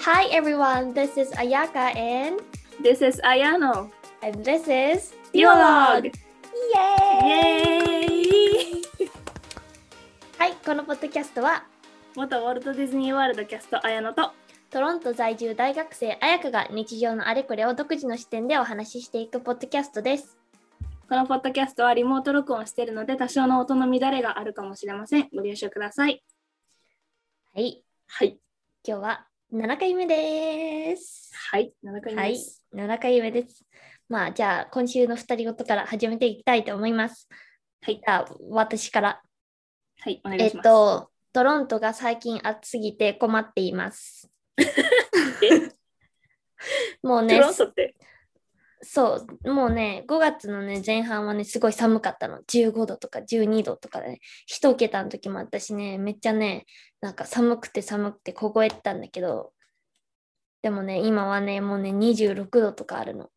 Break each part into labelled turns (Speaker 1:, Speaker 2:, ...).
Speaker 1: Hi everyone, this is Ayaka and
Speaker 2: This is Ayano.
Speaker 1: and this is
Speaker 2: Dialogue! イ
Speaker 1: Yay!
Speaker 2: エーイ
Speaker 1: はい、このポッドキャストは
Speaker 2: 元ウォルト・ディズニー・ワールドキャスト Ayano と
Speaker 1: トロント在住大学生Ayaka が日常のあれこれを独自の視点でお話ししていくポッドキャストです。
Speaker 2: このポッドキャストはリモート録音しているので多少の音の乱れがあるかもしれません。ご了承ください。
Speaker 1: はい、
Speaker 2: はい。
Speaker 1: 今日は7回目です。
Speaker 2: はい。7回
Speaker 1: は
Speaker 2: 目で
Speaker 1: い
Speaker 2: す。、
Speaker 1: 7回目です。まあじゃあ今週の2人ごとから始めていきたいと思います。
Speaker 2: はい
Speaker 1: じ。ゃあ私から。
Speaker 2: はい。お願
Speaker 1: え
Speaker 2: い
Speaker 1: っ
Speaker 2: します。
Speaker 1: と、トロントが最近暑すぎて困っています。 もうね
Speaker 2: ト、ロントって。
Speaker 1: そう、もうね、5月のね、前半はね、すごい寒かったの。15度とか12度とかで、ね、1桁の時もあったしね、めっちゃね、なんか寒くて寒くて凍えてたんだけど、でもね、今はね、もうね、26度とかあるの。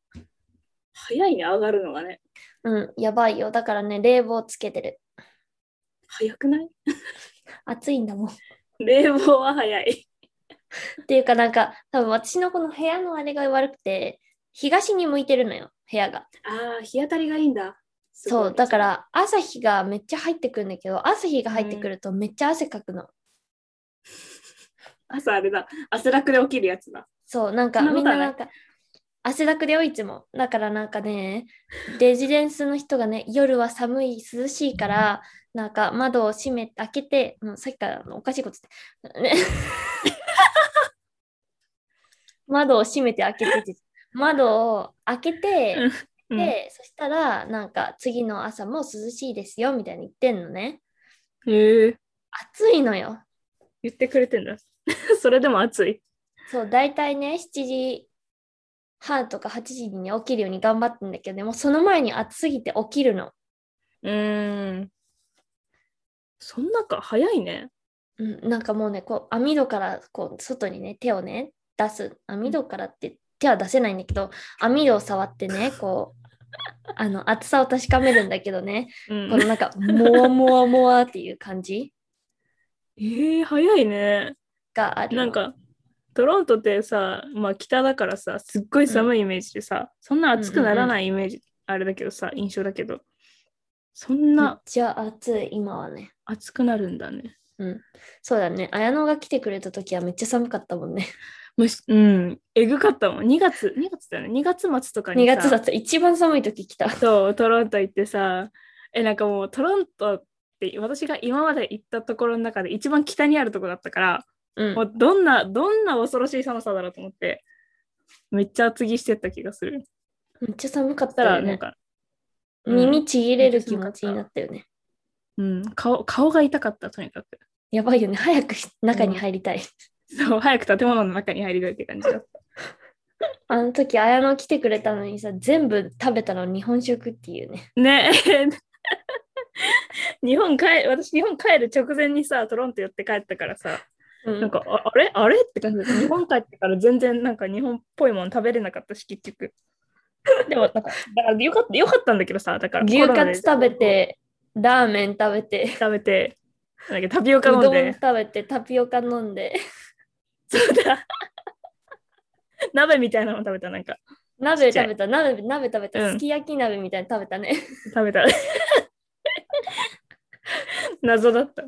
Speaker 2: 早いね、上がるのがね。
Speaker 1: うん、やばいよ。だからね、冷房つけてる。
Speaker 2: 早くない
Speaker 1: 暑いんだもん。っ
Speaker 2: 冷房は早い。
Speaker 1: ていうかなんか、多分私のこの部屋のあれが悪くて、東に向いてるのよ、部屋が。
Speaker 2: ああ、日当たりがいいんだ。すごい
Speaker 1: そうだか。ら朝日がめっちゃ入ってくるんだけど朝日が入ってくるとめっちゃ汗かくの、
Speaker 2: 朝あれだ。汗だくで起きるやつだ。
Speaker 1: そうなんか
Speaker 2: そんな
Speaker 1: みん
Speaker 2: ことは
Speaker 1: な
Speaker 2: ない
Speaker 1: なんか汗だくでよいつもだからなんかねレジデンスの人がね夜は寒い涼しいからなんか窓を閉め開けてもうさっきからあのおかしいことして ね窓を閉めて開けてって窓を開けて、
Speaker 2: うん
Speaker 1: でそしたらなんか次の朝も涼しいですよみたいに言ってんのね
Speaker 2: へえ。
Speaker 1: 暑いのよ
Speaker 2: 言ってくれてんだ。 それでも暑い。
Speaker 1: そう、大体ね、7時半とか8時に起きるように頑張ってんだけどね、もうその前に暑すぎて起きるの。
Speaker 2: うーん。そんなか、早いね。
Speaker 1: うん、なんかもうね、こう網戸からこう外にね、手をね、出す。網戸からって手は出せないんだけど、網戸を触ってね、こう、あの、暑さを確かめるんだけどね、
Speaker 2: うん
Speaker 1: このなんか、もわもわもわっていう感じ
Speaker 2: ええ早いね。
Speaker 1: があるの。
Speaker 2: なんか、トロントってさ、まあ北だからさ、すっごい寒いイメージでさ、そんな暑くならないイメージ、あれだけどさ、印象だけど、そん
Speaker 1: めっ
Speaker 2: な
Speaker 1: ちゃ暑い、今はね。
Speaker 2: 暑くなるんだね。
Speaker 1: そうだね、綾乃が来てくれた時はめっちゃ寒かったもんね。
Speaker 2: むしうん、えぐかったもん。2月、2月だよね。2月末とか
Speaker 1: 2
Speaker 2: にさ、
Speaker 1: 月だった、一番寒い時来た。
Speaker 2: そう、トロント行ってさ、え、なんかもうトロントって私が今まで行ったところの中で一番北にあるところだったから、
Speaker 1: うん
Speaker 2: もうどんな、どんな恐ろしい寒さだろうと思って、めっちゃ厚着してった気がする。
Speaker 1: めっちゃ寒かっ
Speaker 2: そした
Speaker 1: た
Speaker 2: ら
Speaker 1: よ
Speaker 2: なん
Speaker 1: ね。
Speaker 2: か、うん
Speaker 1: 耳ちぎれる気持ちになったよね。
Speaker 2: うん、顔顔が痛かった、とにかく。
Speaker 1: やばいよね。早くし中に入りたい。
Speaker 2: そう、早く建物の中に入りたいって感じだった。
Speaker 1: あの時、綾乃来てくれたのにさ、全部食べたの日本食っていうね。
Speaker 2: ね え。日本帰私、日本帰る直前にさ、トロント寄って帰ったからさ、
Speaker 1: うん
Speaker 2: なんか、ああれあれって感じだった。日本帰ってから全然なんか日本っぽいもの食べれなかったし、結局。でも、なんか、だからよかったよかったんだけどさ、だから、
Speaker 1: 牛
Speaker 2: コロナ
Speaker 1: カ
Speaker 2: で
Speaker 1: ツ食べて、ラーメン食べて、
Speaker 2: 食べて、なんだっけタピオ
Speaker 1: う
Speaker 2: カ飲
Speaker 1: どん
Speaker 2: んで、
Speaker 1: 食べて、タピオカ飲んで、
Speaker 2: そうだ。鍋みたいなの食べた、なんか、
Speaker 1: 鍋食べた、鍋鍋食べた、
Speaker 2: うん
Speaker 1: すき焼き鍋みたいなの食べたね。
Speaker 2: 食べた。 謎だった。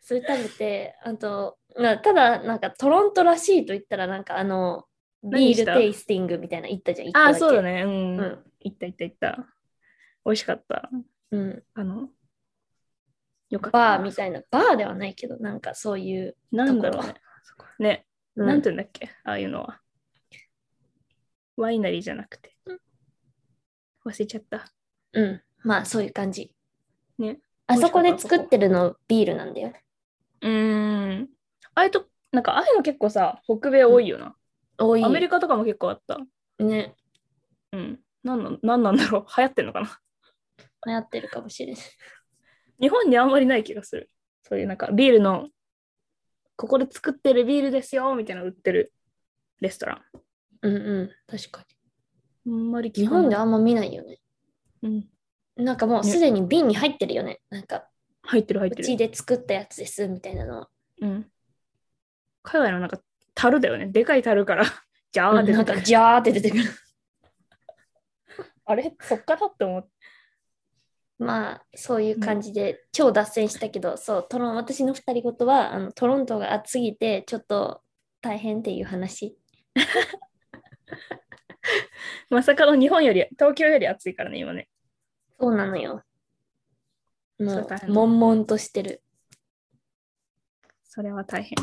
Speaker 1: それ食べて、あと、なただ、なんかトロントらしいと言ったら、なんかあの、ビ
Speaker 2: 何
Speaker 1: ー
Speaker 2: し
Speaker 1: ル
Speaker 2: た
Speaker 1: テイスティングみたいなの行ったじゃん。
Speaker 2: ああ、そうだ
Speaker 1: ね。
Speaker 2: ね。うん。
Speaker 1: う
Speaker 2: 行
Speaker 1: ん。
Speaker 2: った行った行った。美味しかった。
Speaker 1: うん
Speaker 2: あの、よかった。
Speaker 1: バーみたいな、バーではないけど、なんかそういう、
Speaker 2: なんだろうね。ね、なんて言うんだっけああいうのは。ワイナリーじゃなくて
Speaker 1: うん。
Speaker 2: 忘れちゃった。
Speaker 1: うん、まあそういう感じ。
Speaker 2: ね。
Speaker 1: あそこで作ってるのビールなんだよ。
Speaker 2: うーん。ああいうと、なんかああいうの結構さ、北米多いよな。
Speaker 1: 多い。
Speaker 2: アメリカとかも結構あった。
Speaker 1: ね、
Speaker 2: うん。なんなんなんなんだろう。 流行ってんのかな。
Speaker 1: 流行ってるかもしれない。
Speaker 2: 日本にあんまりない気がする。そういうなんかビールの、ここで作ってるビールですよみたいなの売ってるレストラン。
Speaker 1: うんうん、確か
Speaker 2: あんまり
Speaker 1: に。日本であんま見ないよね。
Speaker 2: うん、
Speaker 1: なんかもうすでに瓶に入ってるよね。なんか、
Speaker 2: 入ってる入っ
Speaker 1: う
Speaker 2: て
Speaker 1: ち
Speaker 2: る。
Speaker 1: で作ったやつですみたいなのは。
Speaker 2: うん、海外のなんか樽だよね。でかい樽から、 ジャー
Speaker 1: う
Speaker 2: っ
Speaker 1: ん
Speaker 2: て
Speaker 1: な
Speaker 2: なんんか
Speaker 1: か、ジャーって出てくる。
Speaker 2: あれそっからって思って。
Speaker 1: まあそういう感じで、超脱線したけどそうトロン私の二人ごとはあのトロントが暑すぎてちょっと大変っていう話
Speaker 2: まさかの日本より、東京より暑いからね、今ね。
Speaker 1: そうなのよも
Speaker 2: そう
Speaker 1: う
Speaker 2: 大変
Speaker 1: 悶々としてる
Speaker 2: それは大変。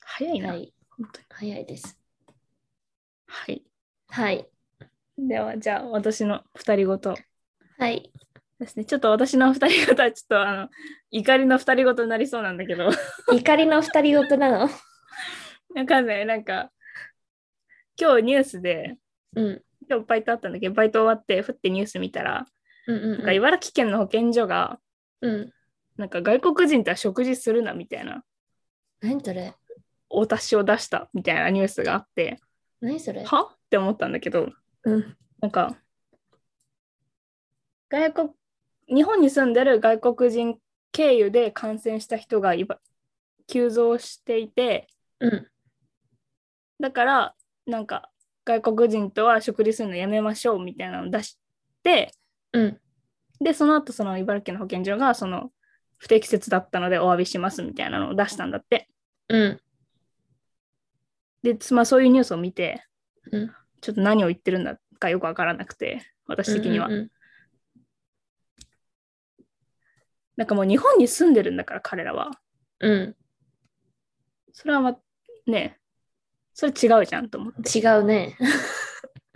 Speaker 2: 早いな。
Speaker 1: は
Speaker 2: はい。
Speaker 1: い早いです
Speaker 2: はい、
Speaker 1: はい
Speaker 2: では、じゃあ、私の二人ごと
Speaker 1: はい
Speaker 2: ですね。ちょっと私の二人ごとは、ちょっと、あの、怒りの二人ごとになりそうなんだけど、
Speaker 1: 怒りの二人ごとなの
Speaker 2: わかんない。なんか、今日ニュースで、
Speaker 1: うん
Speaker 2: 今日バイトあったんだけど、バイト終わって、ふってニュース見たら、
Speaker 1: うんう
Speaker 2: なん
Speaker 1: ん
Speaker 2: か
Speaker 1: うん
Speaker 2: 茨城県の保健所が、
Speaker 1: うん
Speaker 2: なんか外国人とは食事するなみたいな、
Speaker 1: 何それ
Speaker 2: お達しを出したみたいなニュースがあって、
Speaker 1: 何それ
Speaker 2: はって思ったんだけど、
Speaker 1: うん
Speaker 2: なんか、外国、日本に住んでる外国人経由で感染した人がいば急増していて、
Speaker 1: うん
Speaker 2: だから、なんか、外国人とは食事するのやめましょうみたいなのを出して、
Speaker 1: うん
Speaker 2: で、その後、その茨城県の保健所が、その、不適切だったのでお詫びしますみたいなのを出したんだって。
Speaker 1: うん
Speaker 2: で、つまあ、そういうニュースを見て、
Speaker 1: うん
Speaker 2: ちょっと何を言ってるんだかよくわからなくて、私的には。
Speaker 1: うんうん
Speaker 2: なんかもう日本に住んでるんだから、彼らは。
Speaker 1: うんうん
Speaker 2: それはま、ねえそれ違うじゃんと思って。
Speaker 1: 違うね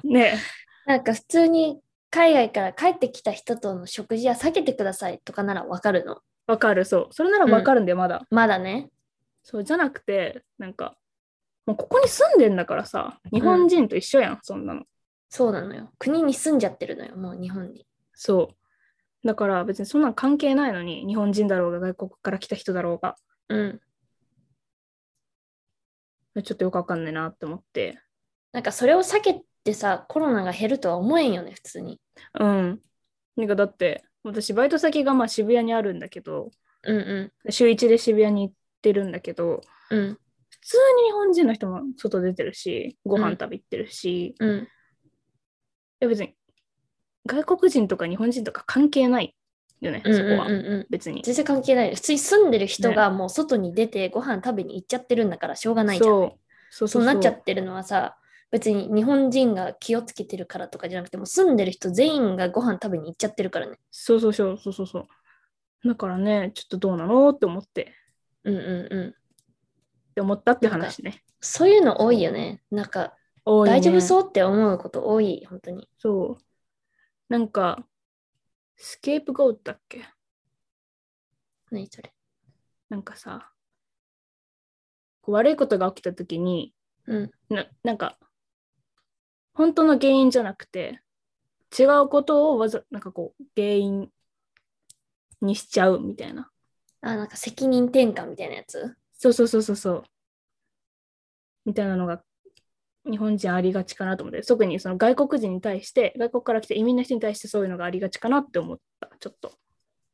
Speaker 2: ね
Speaker 1: なんか普通に海外から帰ってきた人との食事は避けてくださいとかならわかるの
Speaker 2: えわかる、そう。それならわかるんで、まだ。
Speaker 1: まだね
Speaker 2: そう、じゃなくて、なんか、もうここに住んでんだからさ、日本人と一緒やん、そんなの。
Speaker 1: そうなのよ。国に住んじゃってるのよ、もう日本に。
Speaker 2: そう。だから別にそんなん関係ないのに、日本人だろうが、外国から来た人だろうが、
Speaker 1: うん。
Speaker 2: ちょっとよくわかんないなって思って。
Speaker 1: なんかそれを避けてさ、コロナが減るとは思えんよね、普通に。
Speaker 2: うん。なんかだって、私、バイト先がまあ渋谷にあるんだけど、
Speaker 1: うんう
Speaker 2: 週1で渋谷に行ってるんだけど、
Speaker 1: ん。うん
Speaker 2: 普通に日本人の人も外出てるし、ご飯食べ行ってるし、
Speaker 1: うん。
Speaker 2: いや別に、外国人とか日本人とか関係ないよね、そ
Speaker 1: うん
Speaker 2: こ
Speaker 1: うんうん
Speaker 2: は。
Speaker 1: うん。
Speaker 2: 別に。
Speaker 1: 全然関係ないよ。普通に住んでる人がもう外に出てご飯食べに行っちゃってるんだからしょうがないじゃん。
Speaker 2: そう。そう
Speaker 1: そうなっちゃってるのはさ、別に日本人が気をつけてるからとかじゃなくて、もう住んでる人全員がご飯食べに行っちゃってるからね。
Speaker 2: そうそうそうそうそうそう。だからね、ちょっとどうなのって思って、
Speaker 1: うんうんうん。
Speaker 2: って思ったって話ね。
Speaker 1: そういうの多いよね。なんか、
Speaker 2: 多いね
Speaker 1: 大丈夫そうって思うこと多い、本当に。
Speaker 2: そう。なんか、スケープゴートだっけ
Speaker 1: 何それ。
Speaker 2: なんかさ、こう悪いことが起きた時に
Speaker 1: うん。
Speaker 2: な、なんか、本当の原因じゃなくて、違うことをわざ、なんかこう、原因にしちゃうみたいな。
Speaker 1: あ、なんか責任転換みたいなやつ
Speaker 2: そうそうそうそうそう。みたいなのが、日本人ありがちかなと思って、特にその外国人に対して、外国から来て移民の人に対してそういうのがありがちかなって思った、ちょっと。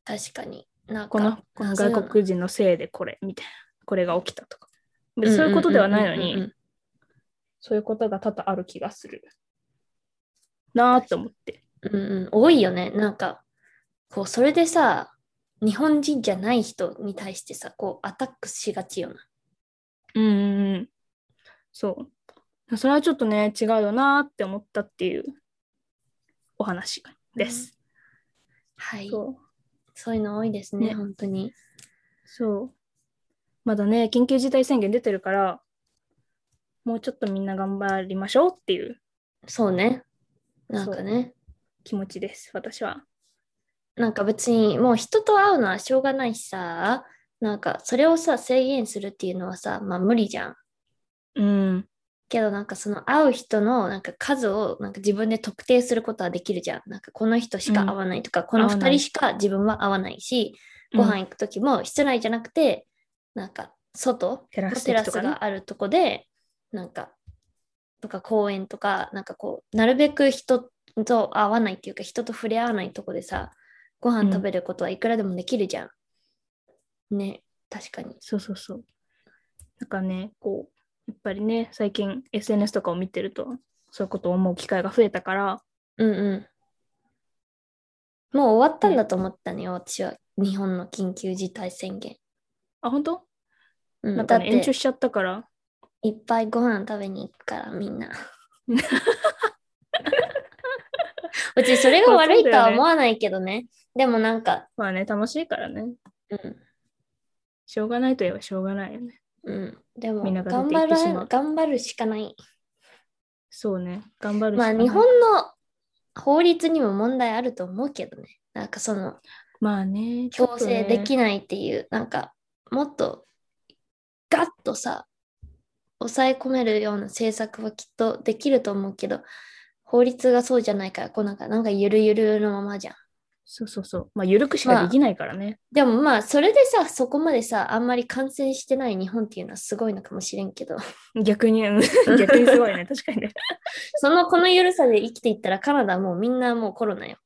Speaker 1: 確かに。なんか
Speaker 2: このこの
Speaker 1: そういう
Speaker 2: 外国人のせいでこれみたいな、これが起きたとか。でそういうことではないの
Speaker 1: うんうんうんう
Speaker 2: に
Speaker 1: ん、
Speaker 2: そういうことが多々ある気がする。なあと思って。
Speaker 1: うんうん、多いよね。なんか、こう、それでさ、日本人じゃない人に対してさ、こう、アタックしがちよな。
Speaker 2: うんうんうん。そう。それはちょっとね、違うよなって思ったっていうお話です。
Speaker 1: はい。そう
Speaker 2: そう。
Speaker 1: いうの多いですね、
Speaker 2: ね
Speaker 1: 本当に。
Speaker 2: そう。まだね、緊急事態宣言出てるから、もうちょっとみんな頑張りましょうっていう
Speaker 1: そうね。なんかね。
Speaker 2: 気持ちです、私は。
Speaker 1: なんか別にもう人と会うのはしょうがないしさ、なんかそれをさ、制限するっていうのはさ、まあ無理じゃん。
Speaker 2: うん。
Speaker 1: けどなんかその会う人のなんか数をなんか自分で特定することはできるじゃん。なんかこの人しか会わないとか、この
Speaker 2: 会わ
Speaker 1: 2
Speaker 2: ない
Speaker 1: 人しか自分は会わないし、ご飯行く時も室内じゃなくて、なんか外、
Speaker 2: テラス
Speaker 1: テ
Speaker 2: 席
Speaker 1: ラ
Speaker 2: と
Speaker 1: ス
Speaker 2: かね
Speaker 1: があるとこで、なんか、とか公園とか、なんかこう、なるべく人と会わないっていうか、人と触れ合わないとこでさ、ご飯食べることはいくらでもできるじゃん。ね、確かに。
Speaker 2: そうそうそう。なんかね、こう、やっぱりね、最近 SNS とかを見てると、そういうことを思う機会が増えたから、
Speaker 1: うんうん。もう終わったんだと思ったね、私は。日本の緊急事態宣言。
Speaker 2: あ、本当
Speaker 1: うん、
Speaker 2: なん
Speaker 1: だっ
Speaker 2: か、ね、延長
Speaker 1: て、
Speaker 2: しちゃったから、
Speaker 1: いっぱいご飯食べに行くから、み んな。 うち、それが悪いとは思わないけど ね。でもなんか、
Speaker 2: まあね、楽しいからね、
Speaker 1: うん、
Speaker 2: しょうがないといえばしょうがないよね。
Speaker 1: うん。でも、
Speaker 2: みんなが
Speaker 1: 頑
Speaker 2: 出て行
Speaker 1: 張
Speaker 2: ってしま
Speaker 1: る
Speaker 2: う、
Speaker 1: 頑張るしかない。
Speaker 2: そうね、頑張るし
Speaker 1: ま
Speaker 2: か
Speaker 1: あ、
Speaker 2: ない
Speaker 1: 日本の法律にも問題あると思うけどね。なんかその、
Speaker 2: まあね、ちょ
Speaker 1: 強
Speaker 2: っとね
Speaker 1: 制できないっていう、なんかもっとガッとさ抑え込めるような政策はきっとできると思うけど法律がそうじゃないからこうなんかなんかゆるゆるのままじゃん。
Speaker 2: そうそうそう。まあ、緩くしかできないからね。
Speaker 1: でもまあそれでさそこまでさあんまり感染してない日本っていうのはすごいのかもしれんけど
Speaker 2: 逆 に、うん逆にすごいね、確かにね。
Speaker 1: そのこのゆるさで生きていったらカナダはもうみんなもうコロナよ。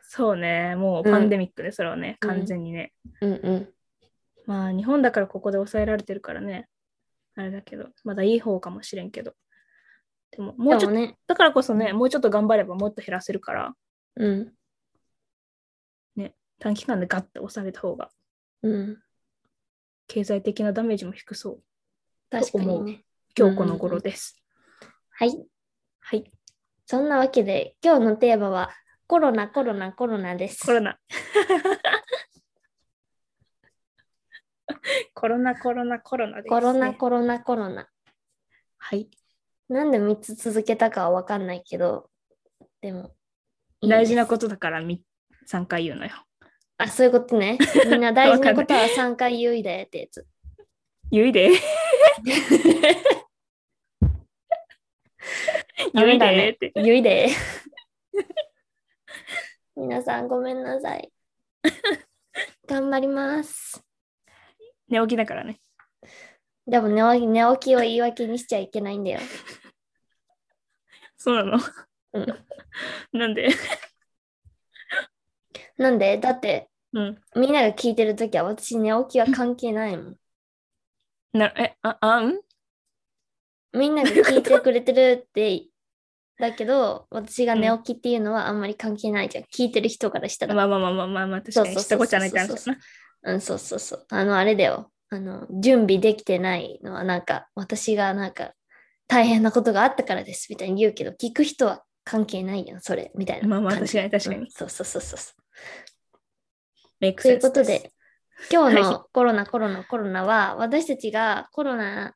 Speaker 2: そうね、もう
Speaker 1: うん
Speaker 2: パンデミックで、それはね、
Speaker 1: うん
Speaker 2: 完全にね。
Speaker 1: うんうん。
Speaker 2: まあ、日本だからここで抑えられてるからね、あれだけど、まだいい方かもしれんけど。でも、もう
Speaker 1: で
Speaker 2: ちょっ
Speaker 1: も
Speaker 2: と、
Speaker 1: ね。
Speaker 2: だからこそね、
Speaker 1: う
Speaker 2: もうちょっと頑張ればもっと減らせるから、
Speaker 1: うん
Speaker 2: 短期間でガッと抑えた方が、
Speaker 1: うん。
Speaker 2: 経済的なダメージも低そう。
Speaker 1: 確か
Speaker 2: と思
Speaker 1: に
Speaker 2: う
Speaker 1: ね。
Speaker 2: 今日この頃です。
Speaker 1: はい。
Speaker 2: はい、
Speaker 1: そんなわけで今日のテーマはコロナコロナコロナです。
Speaker 2: コロ ナ。コロナ、コロナ、コロナです、
Speaker 1: コ
Speaker 2: ね。
Speaker 1: ロナコロナコロナ。
Speaker 2: はい。
Speaker 1: なんで3つ続けたかは分かんないけど、でも
Speaker 2: 大事な
Speaker 1: と。
Speaker 2: ことだからみ3回言うのよ。
Speaker 1: あ、そういうことね。みんな大事なことは
Speaker 2: わ
Speaker 1: 3回言いでってやつ。
Speaker 2: ゆ いで、
Speaker 1: ダ
Speaker 2: ゆ
Speaker 1: メ
Speaker 2: い
Speaker 1: だ
Speaker 2: で
Speaker 1: ね
Speaker 2: って。
Speaker 1: 言いで。 皆さんごめんなさい。頑張ります。
Speaker 2: 寝起きだからね。
Speaker 1: でも寝起き寝起きを言い訳にしちゃいけないんだよ。
Speaker 2: そうなの。
Speaker 1: うん
Speaker 2: なんで、
Speaker 1: なんでだって
Speaker 2: うん、
Speaker 1: みんなが聞いてるときは私寝起きは関係ないもん。
Speaker 2: なえああん
Speaker 1: みんなが聞いてくれてるって、だけど、私が寝起きっていうのはあんまり関係ないじゃん。聞いてる人からしたら。
Speaker 2: まあまあまあまあまあまあ確か
Speaker 1: そ
Speaker 2: に
Speaker 1: うそうそうそう
Speaker 2: 知ったこっちゃないって話だな。
Speaker 1: うん、そうそうそう。あの、あれだよ。あの、準備できてないのは、なんか、私がなんか、大変なことがあったからです、みたいに言うけど、聞く人は関係ないやん、それ、みたいな
Speaker 2: まあまあ
Speaker 1: 感
Speaker 2: 確
Speaker 1: じ
Speaker 2: かに確かに
Speaker 1: うん。そうそうそうそうそう。
Speaker 2: メイク
Speaker 1: と
Speaker 2: セ
Speaker 1: い
Speaker 2: ン
Speaker 1: う
Speaker 2: ス
Speaker 1: こと
Speaker 2: す
Speaker 1: で、、今日
Speaker 2: はい
Speaker 1: のコロナ、コロナ、コロナは、私たちがコロナ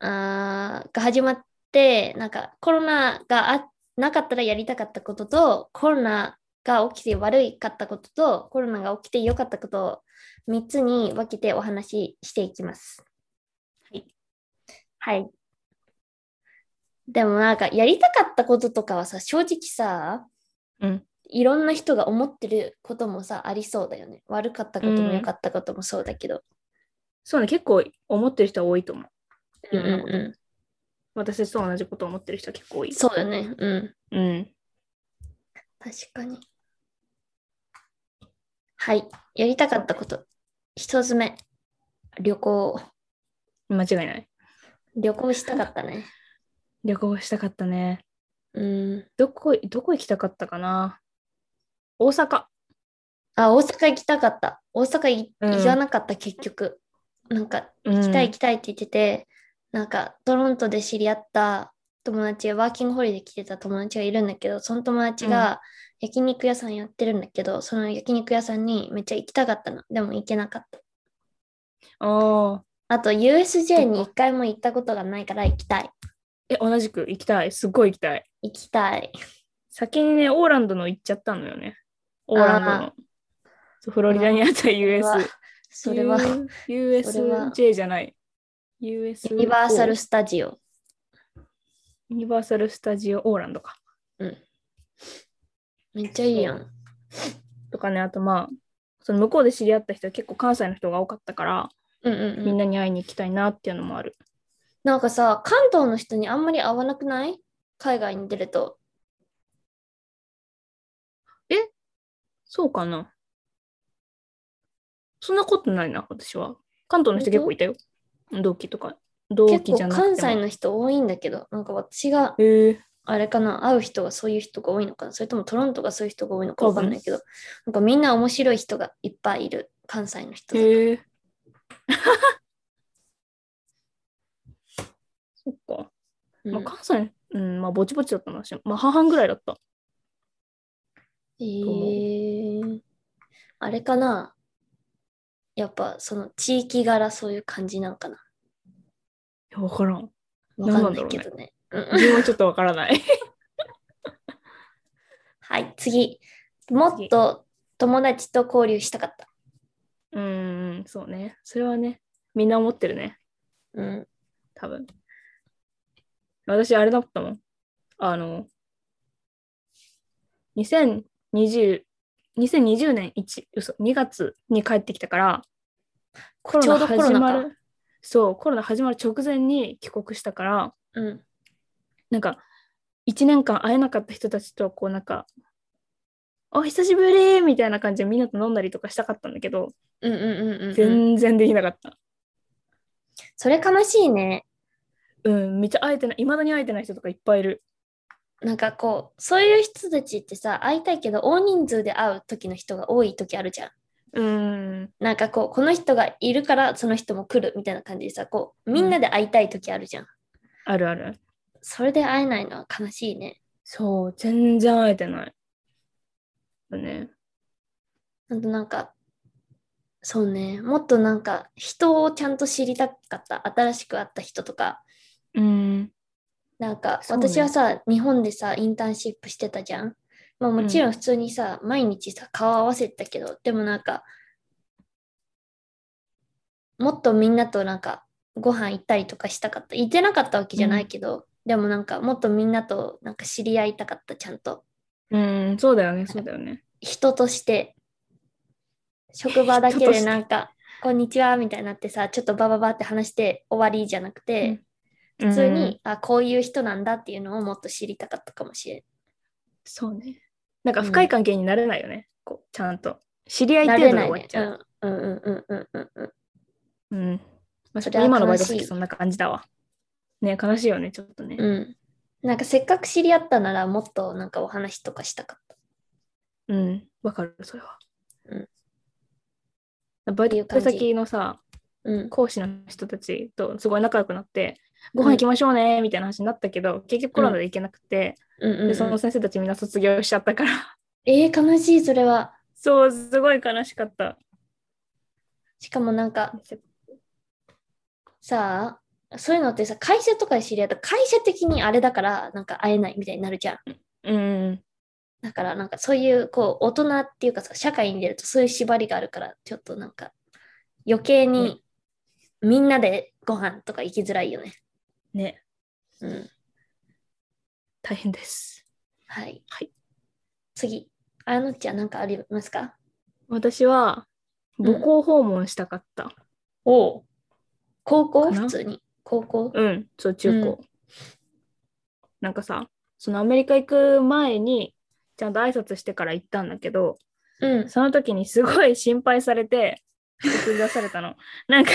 Speaker 1: あーが始まって、なんかコロナがあなかったらやりたかったことと、コロナが起きて悪かったことと、コロナが起きて良かったことを3つに分けてお話ししていきます。
Speaker 2: はい。
Speaker 1: はい。でもなんか、やりたかったこととかはさ、正直さ、
Speaker 2: うん、
Speaker 1: いろんな人が思ってることもさありそうだよね。悪かったことも良かったこともそうだけど。
Speaker 2: そうね、結構思ってる人は多いと思う。
Speaker 1: う
Speaker 2: うんん
Speaker 1: うんう
Speaker 2: 私たちと同じことを思ってる人は結構多い。
Speaker 1: ん、そうよね。うん。
Speaker 2: うん。
Speaker 1: 確かに。はい。やりたかったこと。一つ目。旅行。
Speaker 2: 間違いない。
Speaker 1: 旅行したかったね。
Speaker 2: 旅行したかったね。
Speaker 1: うん。
Speaker 2: どこ、どこ行きたかったかな大阪。
Speaker 1: あ、大阪行きたかった。大阪い
Speaker 2: うん
Speaker 1: 行かなかった、結局。なんか、
Speaker 2: 行
Speaker 1: 行きたい行きたいって言ってて、なんかトロントで知り合った友達ワーキングホリデー来てた友達がいるんだけどその友達が焼肉屋さんやってるんだけど、その焼肉屋さんにめっちゃ行きたかったのでも行けなかった
Speaker 2: ああ。
Speaker 1: あと USJ に
Speaker 2: どこ
Speaker 1: 一回も行ったことがないから行きたい
Speaker 2: え、同じく行きたい。すっごい行きたい。
Speaker 1: 行きたい
Speaker 2: 先にね、オーランドの行っちゃったのよね。オーランドの。そうフロリダにあった
Speaker 1: それ
Speaker 2: US
Speaker 1: は。それは
Speaker 2: U-
Speaker 1: それは
Speaker 2: USJ じゃない。US
Speaker 1: ユニバーサル・スタジオ
Speaker 2: ユニバーサル・スタジオ・オーランドか。
Speaker 1: めっちゃいいやん
Speaker 2: とかね、あとまあ、その向こうで知り合った人は結構関西の人が多かったから、
Speaker 1: うんうん、
Speaker 2: み
Speaker 1: うんん、
Speaker 2: なに会いに行きたいなっていうのもある。
Speaker 1: なんかさ関東の人にあんまり会わなくない海外に出ると
Speaker 2: そうかな。そんなことないな、私は。関東の人結構いたよ。同期とか。同
Speaker 1: 結
Speaker 2: 期じゃ
Speaker 1: 構
Speaker 2: なくても
Speaker 1: 関西の人多いんだけど、なんか私が
Speaker 2: えー
Speaker 1: あれかな、会う人がそういう人が多いのかな、それともトロントがそういう人が多いのか
Speaker 2: 多
Speaker 1: わ
Speaker 2: 分
Speaker 1: かんないけど、なんかみんな面白い人がいっぱいいる、関西の人で。
Speaker 2: へえ。 そっか。
Speaker 1: うん
Speaker 2: まあ、関西、うん、まあ、ぼちぼちだったな。しまあ、半々ぐらいだった。
Speaker 1: えー、あれかな、やっぱその地域柄そういう感じなのかな、
Speaker 2: いや、わからん。
Speaker 1: わかんないけどね。うん
Speaker 2: 自分はちょっとわからない。
Speaker 1: はい、次。もっと友達と交流したかった。
Speaker 2: うん、そうね。それはね、みんな思ってるね。
Speaker 1: うん。
Speaker 2: 多分。私、あれだったもん。あの、2020、2020年1、嘘、2月に帰ってきたから、コロ
Speaker 1: ちょう
Speaker 2: ナ
Speaker 1: どコロ
Speaker 2: 始
Speaker 1: ナ
Speaker 2: ま
Speaker 1: か。
Speaker 2: る、そう、コロナ始まる直前に帰国したから、
Speaker 1: うん。
Speaker 2: なんか、1年間会えなかった人たちと、こう、なんか、お久しぶりみたいな感じでみんなと飲んだりとかしたかったんだけど、
Speaker 1: うんうんうんうんうん、
Speaker 2: 全然できなかった。
Speaker 1: それ悲しいね。
Speaker 2: うん、めっちゃ会えてない、いまだに会えてない人とかいっぱいいる。
Speaker 1: なんかこう、そういう人たちってさ、会いたいけど、大人数で会う時の人が多い時あるじゃん。
Speaker 2: うん、
Speaker 1: なんかこう、この人がいるから、その人も来るみたいな感じでさ、こう、みんなで会いたい時あるじゃん。
Speaker 2: あるある。
Speaker 1: それで会えないのは悲しいね。
Speaker 2: そう、全然会えてない。だね。
Speaker 1: あとなんか、そうね、もっとなんか、人をちゃんと知りたかった。新しく会った人とか。
Speaker 2: うん。
Speaker 1: なんか
Speaker 2: そうね
Speaker 1: 私はさ、日本でさインターンシップしてたじゃん、まあ、もちろん普通にさ、毎日さ顔合わせてたけどでもなんかもっとみんなとなんかご飯行ったりとかしたかった行ってなかったわけじゃないけど、でもなんかもっとみんなとなんか知り合いたかったちゃんと
Speaker 2: うん、そうだよね、そうだよね。
Speaker 1: 人として職場だけ
Speaker 2: 人と
Speaker 1: で
Speaker 2: して
Speaker 1: なんか「こんにちは」みたいになってさちょっとバババって話して終わりじゃなくて、
Speaker 2: うん
Speaker 1: 普通に、あこういう人なんだっていうのをもっと知りたかったかもしれん。
Speaker 2: そうね。なんか深い関係になれないよね。こうちゃんと。知り合い
Speaker 1: な
Speaker 2: 程
Speaker 1: れ
Speaker 2: 度で
Speaker 1: ない
Speaker 2: 終わ
Speaker 1: ね
Speaker 2: っちゃう。。
Speaker 1: うんうんうんうんうんうんうん。
Speaker 2: うん。まあ、
Speaker 1: そ
Speaker 2: ち
Speaker 1: れ
Speaker 2: ょっ
Speaker 1: は
Speaker 2: と今のバイト
Speaker 1: 悲しい
Speaker 2: 先そんな感じだわ。ね、悲しいよね、ちょっとね。
Speaker 1: うん。なんかせっかく知り合ったならもっとなんかお話とかしたかっ
Speaker 2: うん、わかる、それは。バ
Speaker 1: っ
Speaker 2: イ
Speaker 1: ていう
Speaker 2: ト
Speaker 1: 感じ
Speaker 2: 先のさ、
Speaker 1: た。うん。
Speaker 2: 講師の人たちとすごい仲良くなって、ご飯行きましょうね、みたいな話になったけど、結局コロナで行けなくて、
Speaker 1: うんうんうん
Speaker 2: でその先生たちみんな卒業しちゃったから、
Speaker 1: えー、悲しいそれは。
Speaker 2: そう、すごい悲しかった。
Speaker 1: しかもなんかさあそういうのってさ会社とかで知り合った会社的にあれだからなんか会えないみたいになるじゃん。
Speaker 2: うん、
Speaker 1: だからなんかそういうこう大人っていうかさ社会に出るとそういう縛りがあるからちょっとなんか余計にみんなでご飯とか行きづらいよね。
Speaker 2: ね、
Speaker 1: うん。
Speaker 2: 大変です。
Speaker 1: はい。
Speaker 2: はい
Speaker 1: 次、あやのっちゃんなんかありますか
Speaker 2: 私は、
Speaker 1: ん
Speaker 2: 母校訪問したかった。
Speaker 1: お高校
Speaker 2: かな
Speaker 1: 普通に。高校
Speaker 2: うん、そう、中高。
Speaker 1: う
Speaker 2: なんかさ、そのアメリカ行く前に、ちゃんと挨拶してから行ったんだけど、
Speaker 1: うん。
Speaker 2: その時にすごい心配されて、送り出されたの。 なんか、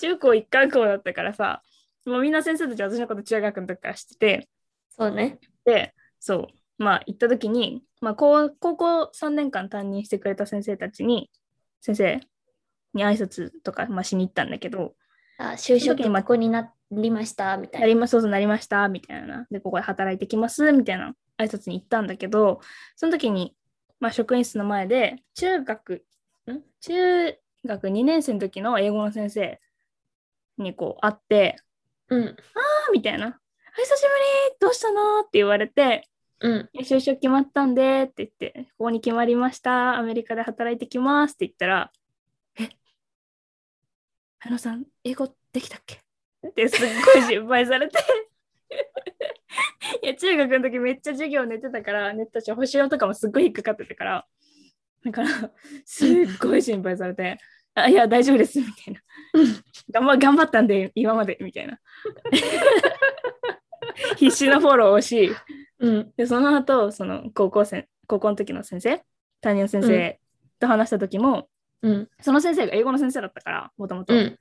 Speaker 2: 中高一貫校だったからさ、もうみんな先生たちは私のこと中学の時から知ってて、
Speaker 1: そうね。
Speaker 2: で、そう、まあ行った時に、まあ高高校3年間担任してくれた先生たちに、先生に挨拶とか、まあ、しに行ったんだけど、
Speaker 1: あ就
Speaker 2: その
Speaker 1: 職
Speaker 2: 時にま
Speaker 1: ここになりましたみた
Speaker 2: ないり
Speaker 1: な。
Speaker 2: まそうそうなりました、みたいな。で、ここで働いてきます、みたいな挨拶に行ったんだけど、その時に、まあ、職員室の前で、中学、ん中学2年生の時の英語の先生にこう会って、
Speaker 1: うん。
Speaker 2: あみたいな。あ久しぶりどうしたのって言われて、
Speaker 1: うん。
Speaker 2: いや就職決まったんでって言って、ここに決まりました、アメリカで働いてきますって言ったら、えあのさん、英語できたっけってすっごい心配されて。 いや、中学の時めっちゃ授業寝てたから、寝てたし、星4とかもすっごい引っかかってたから、だから、すっごい心配されて、あいや、大丈夫です、みたいな
Speaker 1: うん。
Speaker 2: 頑張頑張ったんで、今まで、みたいな。 必死なフォローをし、
Speaker 1: うん。
Speaker 2: でその後その高校生高校の時の先生担任の先生と話した時も、
Speaker 1: うん。
Speaker 2: その先生が英語の先生だったから、もともと
Speaker 1: うん。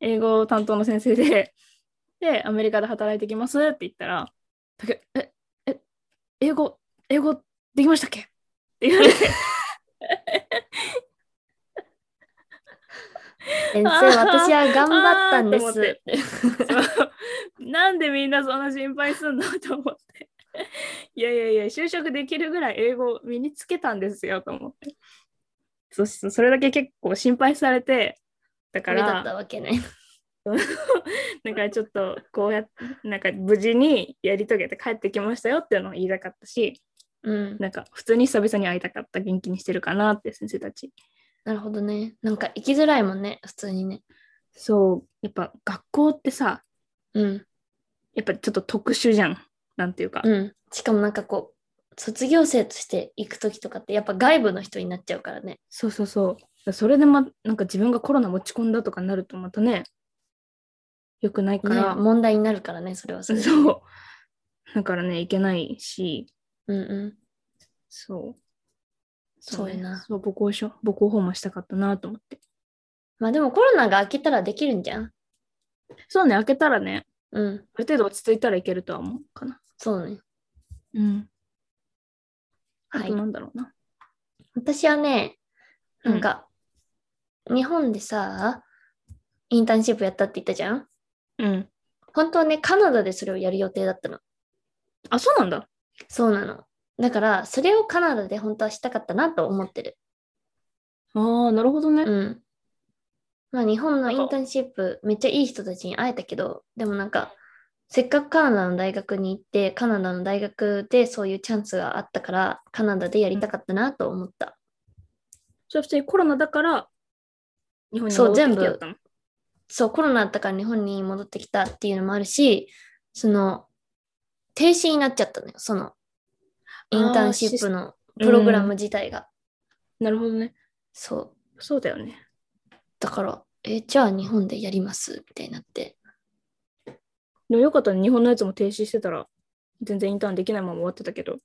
Speaker 2: 英語担当の先生で、 で、アメリカで働いてきますって言ったら、だけえ、え、英語、英語できましたっけって言われて、
Speaker 1: 先生、
Speaker 2: あー
Speaker 1: 私は頑張ったんで
Speaker 2: あーと思っ
Speaker 1: す
Speaker 2: て。そうなんでみんなそんな心配すんのと思って。いやいやいや、就職できるぐらい英語を身につけたんですよと思って。そしてそれだけ結構心配されて、だ
Speaker 1: こ
Speaker 2: か
Speaker 1: れだった
Speaker 2: ら、
Speaker 1: わけね。
Speaker 2: だからちょっとこうやっなんか無事にやり遂げて帰ってきましたよっていうのを言いたかったし、
Speaker 1: うん。
Speaker 2: なんか普通に久々に会いたかった、元気にしてるかなって先生たち。
Speaker 1: なるほどね。なんか生きづらいもんね、普通にね。
Speaker 2: そう、やっぱ学校ってさ、
Speaker 1: うん。
Speaker 2: やっぱちょっと特殊じゃん。なんていうか、
Speaker 1: うん。しかもなんかこう、卒業生として行くときとかって、やっぱ外部の人になっちゃうからね。
Speaker 2: そうそうそう。それでま、なんか自分がコロナ持ち込んだとかになるとまたね、良くないか
Speaker 1: ね
Speaker 2: ら、
Speaker 1: 問題になるからね、それはそれで
Speaker 2: そう。だからね、いけないし、
Speaker 1: うんうん。
Speaker 2: そう。ね
Speaker 1: そうやな
Speaker 2: そう、母校しょ母校訪問したかったなと思って。
Speaker 1: まあでもコロナが明けたらできるんじゃん。
Speaker 2: そうね、開けたらね、
Speaker 1: うん。
Speaker 2: ある程度落ち着いたらいけるとは思うかな。
Speaker 1: そうね。
Speaker 2: うん。
Speaker 1: はい
Speaker 2: あとなんだろうな。
Speaker 1: 私はね、なんか、日本でさ、インターンシップやったって言ったじゃん
Speaker 2: うん。
Speaker 1: 本当はね、カナダでそれをやる予定だったの。
Speaker 2: あ、そうなんだ。
Speaker 1: そうなの。だから、それをカナダで本当はしたかったなと思ってる。
Speaker 2: ああ、なるほどね。
Speaker 1: うん。まあ、日本の
Speaker 2: なん
Speaker 1: イ
Speaker 2: か
Speaker 1: ンターンシップ、めっちゃいい人たちに会えたけど、でもなんか、せっかくカナダの大学に行って、カナダの大学でそういうチャンスがあったから、カナダでやりたかったなと思った。
Speaker 2: そしてコロナだから、日本に
Speaker 1: そう
Speaker 2: 戻って
Speaker 1: 全
Speaker 2: き
Speaker 1: 部
Speaker 2: てやったの。
Speaker 1: そう、コロナだったから日本に戻ってきたっていうのもあるし、その、停止になっちゃったのよ、その、インターンシップのプログラム自体が。
Speaker 2: なるほどね。
Speaker 1: そう。
Speaker 2: そうだよね。
Speaker 1: だから、え、じゃあ日本でやります、みたいになって。
Speaker 2: でもよかったね、日本のやつも停止してたら、全然インターンできないまま終わってたけど。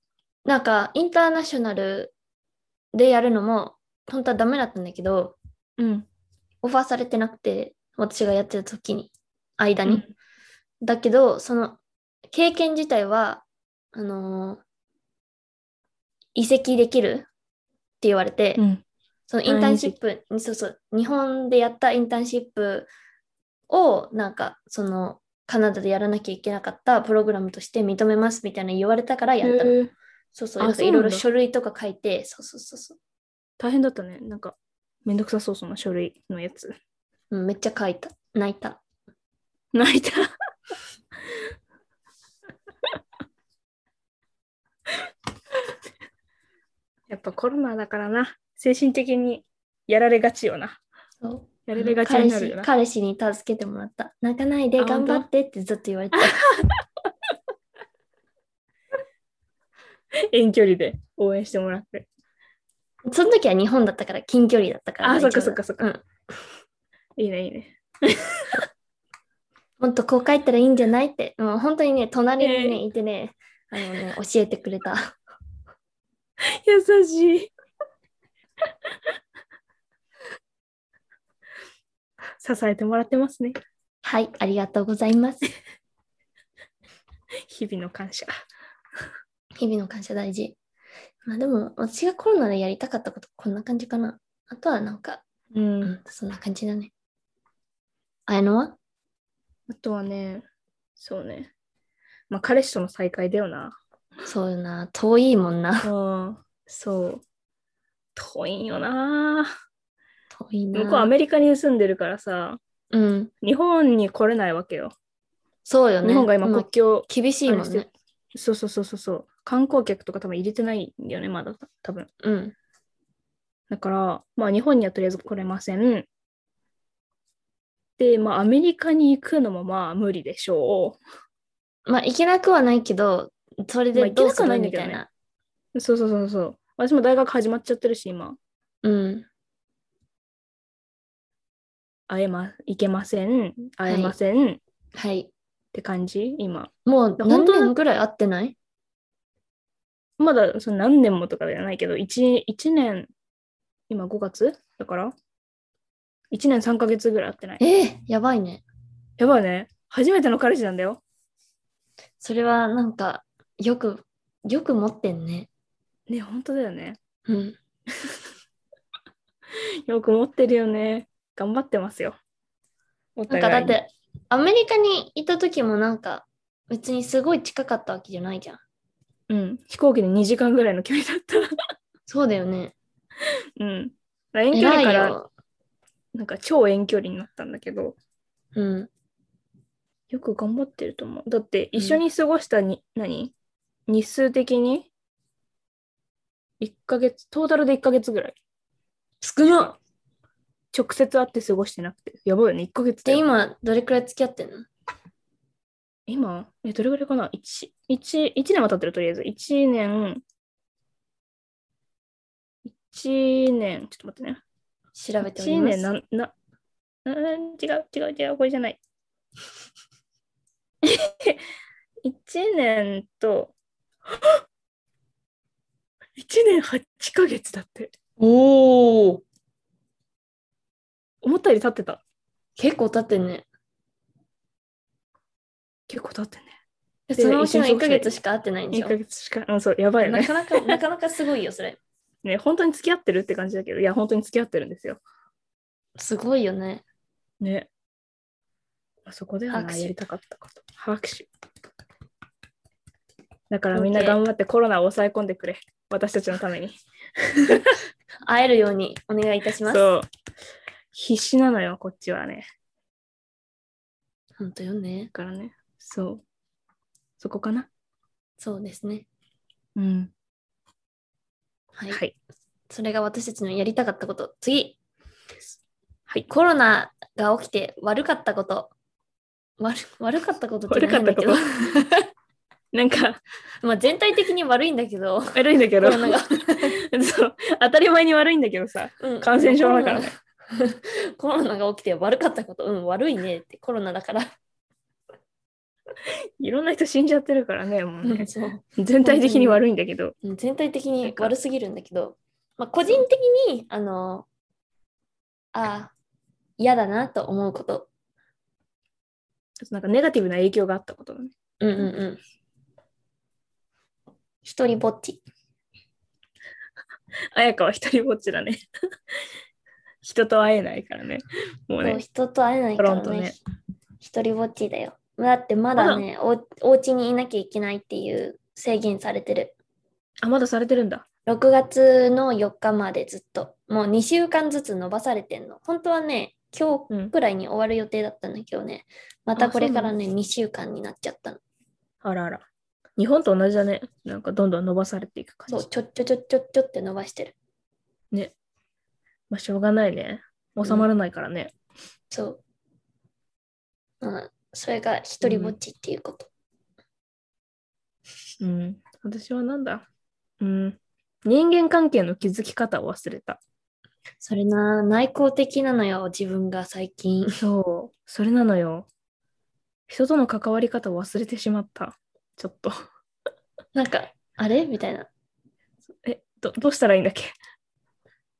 Speaker 1: なんか、インターナショナルでやるのも、本当はダメだったんだけど、
Speaker 2: うん。
Speaker 1: オファーされてなくて、私がやってた時に、間に。
Speaker 2: うん
Speaker 1: だけど、その、経験自体は、あのー移籍できるって言われて、
Speaker 2: うん。
Speaker 1: そのインターンシップ、そうそう、日本でやったインターンシップを、なんか、その、カナダでやらなきゃいけなかったプログラムとして認めますみたいな言われたからやったの。
Speaker 2: へー
Speaker 1: そうそ
Speaker 2: あ
Speaker 1: う、なんか
Speaker 2: そう
Speaker 1: い
Speaker 2: なん
Speaker 1: ろ
Speaker 2: だ
Speaker 1: いろ書類とか書いて、そうそうそうそう
Speaker 2: 大変だったね。なんか、めんどくさそう、その書類のやつ。
Speaker 1: うん、めっちゃ書いた、泣いた。
Speaker 2: 泣いた。 やっぱコロナだからな。精神的にやられがちよな。
Speaker 1: そう
Speaker 2: やられがち
Speaker 1: 彼
Speaker 2: になるよ
Speaker 1: 氏
Speaker 2: な。
Speaker 1: 彼氏に助けてもらった。泣かないで
Speaker 2: あ
Speaker 1: 頑張ってってずっと言われてた。
Speaker 2: 遠距離で応援してもらって。
Speaker 1: その時は日本だったから近距離だったから。
Speaker 2: あ
Speaker 1: 大丈夫
Speaker 2: そっかそっかそっ
Speaker 1: うん。
Speaker 2: いいね、いいね。
Speaker 1: もっとこう書いたらいいんじゃないって、もう本当にね、隣にね、
Speaker 2: え
Speaker 1: いてね、あのね、教えてくれた。
Speaker 2: 優しい。支えてもらってますね。
Speaker 1: はい、ありがとうございます。
Speaker 2: 日々の感謝。
Speaker 1: 日々の感謝大事。まあでも、私がコロナでやりたかったこと、こんな感じかな。あとはなんか、
Speaker 2: う。
Speaker 1: うんん、そんな感じだね。あやのは
Speaker 2: あとはね、そうね。まあ、彼氏との再会だよな。
Speaker 1: そうよな、遠いもんな。
Speaker 2: うん。そう。遠いんよな。
Speaker 1: 遠いな。
Speaker 2: 向こうアメリカに住んでるからさ、
Speaker 1: うん、
Speaker 2: 日本に来れないわけよ。
Speaker 1: そうよね。
Speaker 2: 日本が今
Speaker 1: まあ
Speaker 2: 国境、
Speaker 1: 厳しいもん
Speaker 2: あれし
Speaker 1: ね
Speaker 2: て。そうそうそうそうそう。観光客とか多分入れてないんだよね、まだ多分。
Speaker 1: うん、
Speaker 2: だから、まあ日本にはとりあえず来れません。で、まあアメリカに行くのもまあ無理でしょ
Speaker 1: まあ、行けなくはないけど、それ
Speaker 2: まあ
Speaker 1: で
Speaker 2: 行け
Speaker 1: どう
Speaker 2: なく
Speaker 1: す
Speaker 2: はな
Speaker 1: る
Speaker 2: い
Speaker 1: み
Speaker 2: んだけど
Speaker 1: た
Speaker 2: ね
Speaker 1: いな。
Speaker 2: う。そうそうそうそう。私も大学始まっちゃってるし、今。
Speaker 1: うん、
Speaker 2: 会えま、行けません。
Speaker 1: い
Speaker 2: 会えません。っ
Speaker 1: はい。
Speaker 2: て感じ、今。
Speaker 1: もう何
Speaker 2: 本当に
Speaker 1: 年ぐらい会ってない
Speaker 2: まだその何年もとかではないけど、1, 一年、今5月だから、1年3ヶ月ぐらい会ってない。
Speaker 1: えー、やばいね。
Speaker 2: やばいね。初めての彼氏なんだよ。
Speaker 1: それはなんか、よく、よく持ってんね。
Speaker 2: ね、本当だよね。
Speaker 1: うん。
Speaker 2: よく持ってるよね。頑張ってますよ。お
Speaker 1: なんかだ
Speaker 2: 互い
Speaker 1: っ
Speaker 2: に
Speaker 1: て、アメリカにいた時もなんか、別にすごい近かったわけじゃないじゃん。
Speaker 2: うん、飛行機で2時間ぐらいの距離だった。
Speaker 1: そうだよね。
Speaker 2: うん。遠距離
Speaker 1: 偉
Speaker 2: か
Speaker 1: い
Speaker 2: ら、
Speaker 1: よ。
Speaker 2: なんか超遠距離になったんだけど、
Speaker 1: うん。
Speaker 2: よく頑張ってると思う。だって、一緒に過ごしたに、何日数的に ?1 ヶ月、トータルで1ヶ月ぐらい。
Speaker 1: 少な
Speaker 2: 直接会って過ごしてなくて。やばいよね、1ヶ月
Speaker 1: いで、
Speaker 2: 今、
Speaker 1: 今、どれくらい付き合ってんの
Speaker 2: 今、え、どれぐらいかな ?1、一一年は経ってる、とりあえず。1年、1年、ちょっと待ってね。
Speaker 1: 調べており
Speaker 2: 1
Speaker 1: ます。
Speaker 2: 年なんななな違う違う違うこれじゃ ない。1年と1年8ヶ月だって。
Speaker 1: おお
Speaker 2: 思ったより経ってた。
Speaker 1: 結構経ってんね。
Speaker 2: 結構経ってね。
Speaker 1: え
Speaker 2: で
Speaker 1: そのうちの
Speaker 2: 一
Speaker 1: 1
Speaker 2: 緒に
Speaker 1: ヶ
Speaker 2: 過ごして
Speaker 1: 月しか会ってないんで
Speaker 2: 1
Speaker 1: しょ
Speaker 2: ヶ月しか。うん、そう、やばいよ
Speaker 1: な
Speaker 2: ね。
Speaker 1: かなか、なかなかすごいよ、それ。
Speaker 2: ね、本当に付き合ってるって感じだけど、いや、本当に付き合ってるんですよ。
Speaker 1: すごいよね。
Speaker 2: ね。あそこでは
Speaker 1: 拍
Speaker 2: な
Speaker 1: 手
Speaker 2: やりたかったこと。拍手。だから
Speaker 1: 本当
Speaker 2: みんな
Speaker 1: に
Speaker 2: 頑張ってコロナを抑え込んでくれ。私たちのために。
Speaker 1: 会えるようにお願いいたします。
Speaker 2: そう。必死なのよ、こっちはね。
Speaker 1: 本当よね
Speaker 2: だ。からね。そう。そこかな。
Speaker 1: そうですね。
Speaker 2: うん。
Speaker 1: はい。
Speaker 2: はい。
Speaker 1: それが私たちのやりたかったこと。次。
Speaker 2: はい。
Speaker 1: コロナが起きて悪かったこと。悪悪かったことって
Speaker 2: 悪か
Speaker 1: な
Speaker 2: っ
Speaker 1: いんだ
Speaker 2: たこ
Speaker 1: け
Speaker 2: と
Speaker 1: ど。。
Speaker 2: なんか、
Speaker 1: まあ全体的に悪いんだけど。
Speaker 2: 悪いんだけど、
Speaker 1: コロナが
Speaker 2: そう当たり前に悪いんだけどさ、
Speaker 1: うん
Speaker 2: 感染症だからね。
Speaker 1: コロナコロナが起きて悪かったこと。うん、悪いねってコロナだから。
Speaker 2: いろんな人死んじゃってるからね、もう
Speaker 1: う
Speaker 2: ね
Speaker 1: ん。そう
Speaker 2: 全体的に悪いんだけど、
Speaker 1: うん全体的
Speaker 2: な
Speaker 1: に
Speaker 2: んか
Speaker 1: 悪すぎるんだけど、まあ、個人的に、あの、ああ、嫌だなと思うこと。
Speaker 2: ちょっとなんかネガティブな影響があったことだね。
Speaker 1: うんうんうん。一人ぼっち。
Speaker 2: あやかは一人ぼっちだね。 人と会えないからね。もう
Speaker 1: そ
Speaker 2: ね
Speaker 1: う、人と会えないから
Speaker 2: トロント
Speaker 1: ね
Speaker 2: ね。
Speaker 1: 一人ぼっちだよ。だってまだね、おお家にいなきゃいけないっていう制限されてる。
Speaker 2: あ、まだされてるんだ。
Speaker 1: 6月の4日までずっと。もう2週間ずつ延ばされてんの。本当はね、今
Speaker 2: うん
Speaker 1: 日くらいに終わる予定だったんだけどね、また
Speaker 2: あ
Speaker 1: これから
Speaker 2: そう
Speaker 1: ね、2週間になっちゃったの。
Speaker 2: あらあら。日本と同じだね。なんかどんどん伸ばされていく感
Speaker 1: そう、
Speaker 2: じ。
Speaker 1: ちょっちょちょっちょっちょって伸ばしてる。
Speaker 2: まあ、しょうがないね。収まらないからね。
Speaker 1: そう。うん、それが一人ぼっちっていうこと。
Speaker 2: うん。私はなんだうん。人間関係の築き方を忘れた。
Speaker 1: それな、内向的なのよ、自分が最 近。
Speaker 2: そう。それなのよ。人との関わり方を忘れてしまった。ちょっと。
Speaker 1: なんか、あれみたいな。
Speaker 2: え、どどうしたらいいんだっけ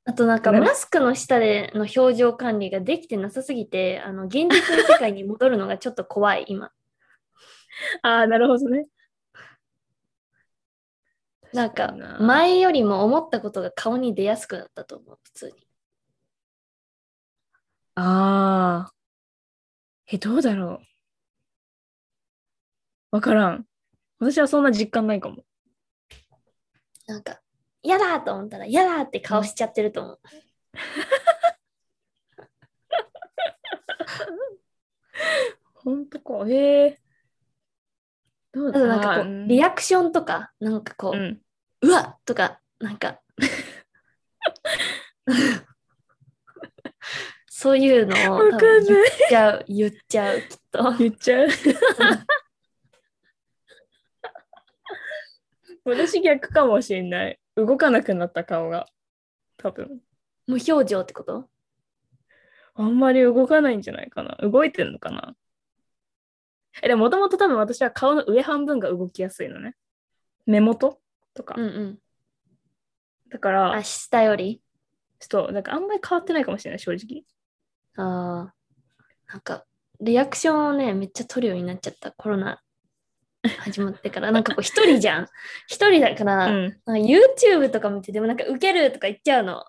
Speaker 1: あとなんか
Speaker 2: ね
Speaker 1: マスクの下での表情管理ができてなさすぎて、あの現実の世界に戻るのがちょっと怖い、今。
Speaker 2: ああ、なるほどね。
Speaker 1: なんか
Speaker 2: 確にな
Speaker 1: 前よりも思ったことが顔に出やすくなったと思う、普通に。
Speaker 2: ああ。え、どうだろう。わからん。私はそんな実感ないかも。
Speaker 1: なんか、嫌だと思ったら、嫌だって顔しちゃってると思う。
Speaker 2: ほんとか。へえ。どう
Speaker 1: あとなんかこ
Speaker 2: あー
Speaker 1: う、リアクションとか、なんかこ
Speaker 2: う
Speaker 1: う、
Speaker 2: ん。
Speaker 1: うわっとか、なんか、 そういうのを多
Speaker 2: わかん
Speaker 1: 分言っ
Speaker 2: ない。
Speaker 1: ちゃう、言っちゃう、きっと。
Speaker 2: 言っち ゃう。私逆かもしんない。動かなくなった顔が。多分。
Speaker 1: 無表情ってこと
Speaker 2: あんまり動かないんじゃないかな。動いてるのかな。え、でももともと多分私は顔の上半分が動きやすいのね。目元とか。
Speaker 1: うんうん。
Speaker 2: だから
Speaker 1: あ、、下より
Speaker 2: ちょっと、なんかあんまり変わってないかもしれない、正直。
Speaker 1: あーなんかリアクションをねめっちゃ取るようになっちゃったコロナ始まってからなんかこう一人じゃん一人だから、
Speaker 2: うん。
Speaker 1: なんか YouTube とか見てでもなんかウケるとか言っちゃうの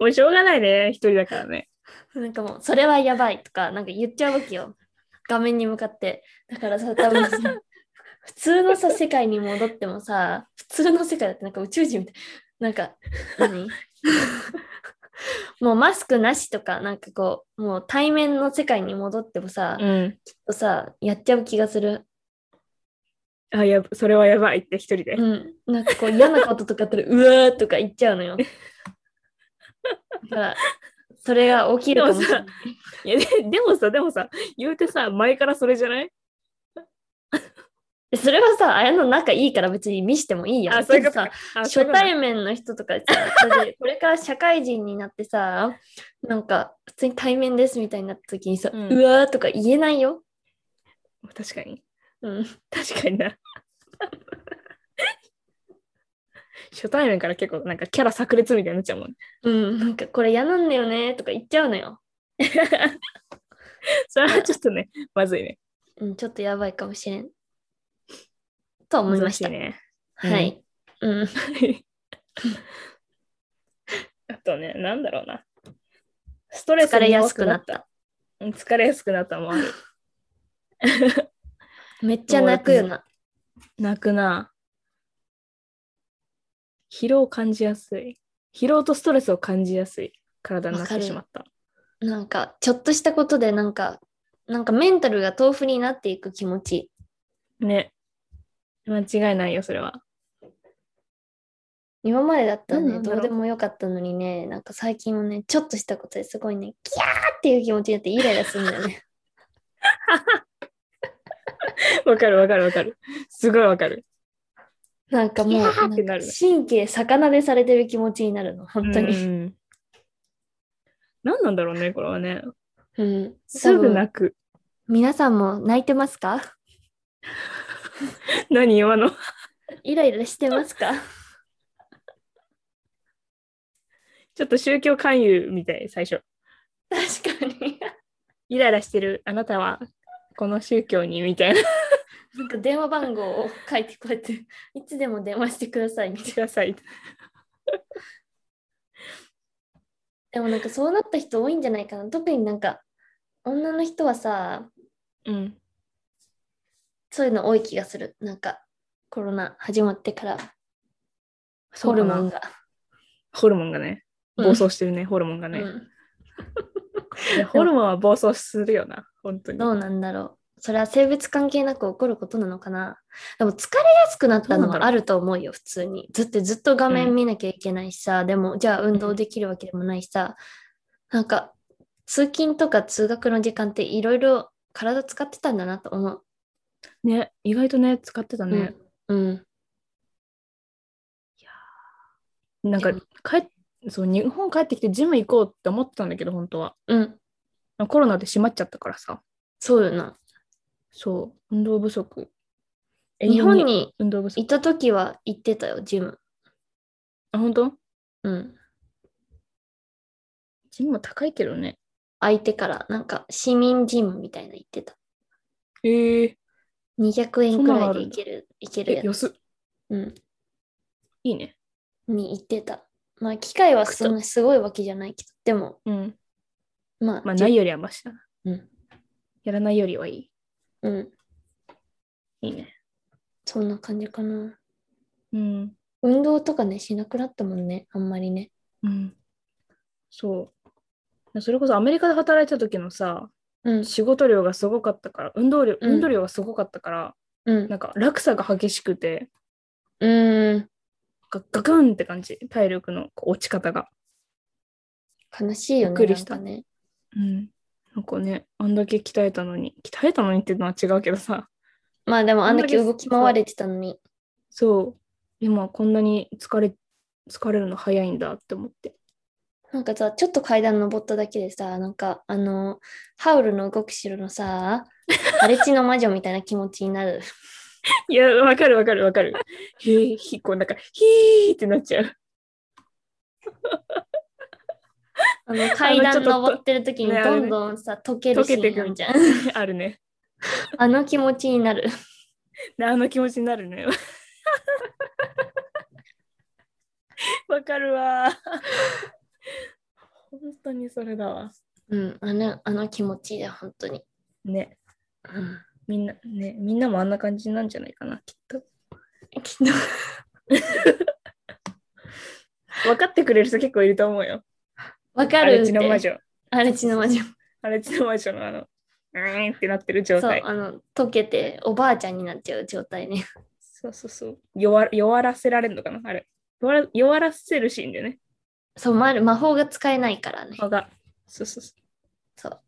Speaker 2: もうしょうがないね、一人だからね。
Speaker 1: なんかもうそれはやばいとかなんか言っちゃうわけよ画面に向かってだからさ多分さ 普通のさ世界に戻ってもさ普通の世界だってなんか宇宙人みたいなんか何もうマスクなしとかなんかこうもう対面の世界に戻ってもさ、
Speaker 2: うん。
Speaker 1: さやっちゃう気がする。
Speaker 2: あ、やば、それはやばいって一人で。
Speaker 1: うん。なんかこう嫌なこととかあったら、うわーとか言っちゃうのよ。だから、それが起きるかもしれない。
Speaker 2: いやででもさ、でもさ、言うてさ、前からそれじゃない
Speaker 1: でそれはさ、あやの仲いいから別に見してもいいやん。
Speaker 2: あ、そういうこと
Speaker 1: けど
Speaker 2: か
Speaker 1: さ。
Speaker 2: あそういう
Speaker 1: 初
Speaker 2: こと
Speaker 1: 対面の人とかさ、それでこれから社会人になってさ、なんか普通に対面ですみたいになった時にさ、う
Speaker 2: うん
Speaker 1: わーとか言えないよ。
Speaker 2: 確かに。
Speaker 1: うん。
Speaker 2: 確かにな。 初対面から結構なんかキャラ炸裂みたいになっちゃうもん。
Speaker 1: うん。なんかこれ嫌なんだよねとか言っちゃうのよ。
Speaker 2: それはちょっとね、まずいね。
Speaker 1: うん、ちょっとやばいかもしれん。と思いました。
Speaker 2: 難ね。い
Speaker 1: はい。うん。
Speaker 2: あとね、なんだろうな。ストレス
Speaker 1: 疲
Speaker 2: に
Speaker 1: れやすくなった。
Speaker 2: うん疲れやすくなったもん。
Speaker 1: めっちゃ泣くよな。
Speaker 2: 泣くな。疲労を感じやすい。疲労とストレスを感じやすい体になってしまった。
Speaker 1: なんか、ちょっとしたことで、なんか、なんかメンタルが豆腐になっていく気持ち。
Speaker 2: ね。間違いないよ、それは。
Speaker 1: 今までだったら
Speaker 2: な
Speaker 1: ね、
Speaker 2: んだ
Speaker 1: ど
Speaker 2: ろう
Speaker 1: うでもよかったのにね、なんか最近もね、ちょっとしたことですごいね、キャーっていう気持ちになってイライラするんだよ ね。
Speaker 2: わかるわかるわかる。すごいわかる。
Speaker 1: なんかもう、
Speaker 2: キャ
Speaker 1: な
Speaker 2: ーって
Speaker 1: ん
Speaker 2: な
Speaker 1: か
Speaker 2: る
Speaker 1: 神経逆なでされてる気持ちになるの、本当
Speaker 2: う
Speaker 1: に。
Speaker 2: ん何なんだろうね、これはね。
Speaker 1: うん。
Speaker 2: すぐ
Speaker 1: な。
Speaker 2: 泣く。
Speaker 1: 皆さんも泣いてますか
Speaker 2: 何今の。
Speaker 1: イライラしてますか
Speaker 2: ちょっと宗教勧誘みたい、最初。
Speaker 1: 確かに。
Speaker 2: イライラしてるあなたは、この宗教にみたいな。
Speaker 1: なんか電話番号を書いてこうやっていつでも電話してくださいみたいな
Speaker 2: ください。
Speaker 1: でもなんかそうなった人多いんじゃないかな特になんか女の人はさ
Speaker 2: うん。
Speaker 1: そういうの多い気がするなんかコロナ始まってから
Speaker 2: そ
Speaker 1: ホ
Speaker 2: うか
Speaker 1: ル
Speaker 2: な
Speaker 1: モンが
Speaker 2: ホルモンがね、暴走してるね、ホルモンが
Speaker 1: うん
Speaker 2: ね。
Speaker 1: うん
Speaker 2: いやホルモンは暴走するよな、本当に。
Speaker 1: どうなんだろうそれは性別関係なく起こることなのかなでも疲れやすくなったの
Speaker 2: どうな
Speaker 1: は
Speaker 2: んだろう
Speaker 1: あると思うよ普通にずってずっと画面見なきゃいけないしさ、でもじゃあ運動できるわけでもないしさ、なんか通勤とか通学の時間っていろいろ体使ってたんだなと思う、
Speaker 2: ね、意外とね、使ってたね。
Speaker 1: うん、うん、
Speaker 2: なんか
Speaker 1: でも
Speaker 2: 帰っそう、日本帰ってきてジム行こうって思ってたんだけど、本当は。
Speaker 1: うん、
Speaker 2: コロナで閉まっちゃったからさ。
Speaker 1: そうよな
Speaker 2: そう、運動不足。
Speaker 1: 日本に
Speaker 2: 運動不足
Speaker 1: い。た時は行ってたよジム
Speaker 2: あ、本当
Speaker 1: うん
Speaker 2: ジムも高いけどね。
Speaker 1: 相手からなんか市民ジムみたいな行ってた
Speaker 2: ええ
Speaker 1: 200円くらいで
Speaker 2: そんなのあるん
Speaker 1: 行
Speaker 2: だ
Speaker 1: ける行ける
Speaker 2: え、
Speaker 1: やつ、
Speaker 2: 安っ。
Speaker 1: うん、
Speaker 2: いいね。
Speaker 1: に行ってたまあ機械はそんなすごいわけじゃないけどでも
Speaker 2: うん。
Speaker 1: まあ
Speaker 2: まあ、ないよりはマシだな。
Speaker 1: うん、
Speaker 2: やらないよりはいい。
Speaker 1: うん、
Speaker 2: いいね。
Speaker 1: そんな感じかな
Speaker 2: うん。
Speaker 1: 運動とかねしなくなったもんねあんまりね
Speaker 2: うん。そう。それこそアメリカで働いてた時のさ、
Speaker 1: うん
Speaker 2: 仕事量がすごかったから、運動量、
Speaker 1: うん
Speaker 2: 運動量がすごかったから、
Speaker 1: うん
Speaker 2: なんか落差が激しくて、
Speaker 1: うーん
Speaker 2: ガガクンって感じ、体力のこう落ち方が。
Speaker 1: 悲しいよね
Speaker 2: びっくりした
Speaker 1: なんかね
Speaker 2: うん。なんかね、あんだけ鍛えたのに、鍛えたのにっていうのは違うけどさ、
Speaker 1: まあでもあんだけ
Speaker 2: あんだ
Speaker 1: 動
Speaker 2: け
Speaker 1: き回れてたのに
Speaker 2: そう、今こんなに疲れ、疲れるの早いんだって思って。
Speaker 1: なんかさ、ちょっと階段登っただけでさ、なんか、あ の、ハウルの動く城のさ、荒地の魔女みたいな気持ちになる。
Speaker 2: いや、わかるわかるわかる。へえ、ひ、こうなんか、ひーってなっちゃう。
Speaker 1: あの階
Speaker 2: ちょ
Speaker 1: 段
Speaker 2: っと
Speaker 1: 登ってる時に
Speaker 2: ねあれ
Speaker 1: ど
Speaker 2: ね
Speaker 1: んどんさ、溶ける
Speaker 2: 溶
Speaker 1: シ
Speaker 2: け
Speaker 1: ーン
Speaker 2: てく
Speaker 1: あるじゃん。
Speaker 2: あるね。
Speaker 1: あの気持ちになる。
Speaker 2: ねあの気持ちになる ね。わかるわ。本当にそれだわ。
Speaker 1: うん、あのあの気持ちで本当に。
Speaker 2: ね、
Speaker 1: うん、
Speaker 2: みんな、ね、みんなもあんな感じなんじゃないかな、きっと。
Speaker 1: きっと
Speaker 2: 分かってくれる人結構いると思うよ。
Speaker 1: わ
Speaker 2: あ
Speaker 1: かる
Speaker 2: れ
Speaker 1: っ
Speaker 2: ちの魔
Speaker 1: て。
Speaker 2: 女。
Speaker 1: 荒地の魔女。
Speaker 2: あれちの魔女のあの、うーんってなってる状
Speaker 1: そう
Speaker 2: 態、。
Speaker 1: あの、溶けておばあちゃんになっちゃう状態ね。
Speaker 2: そうそうそう弱。弱らせられるのかな、あれ。弱ら弱らせるシーンだよね。
Speaker 1: そう、ま魔法が使えないからね。
Speaker 2: 顔が。そうそうそ
Speaker 1: そう。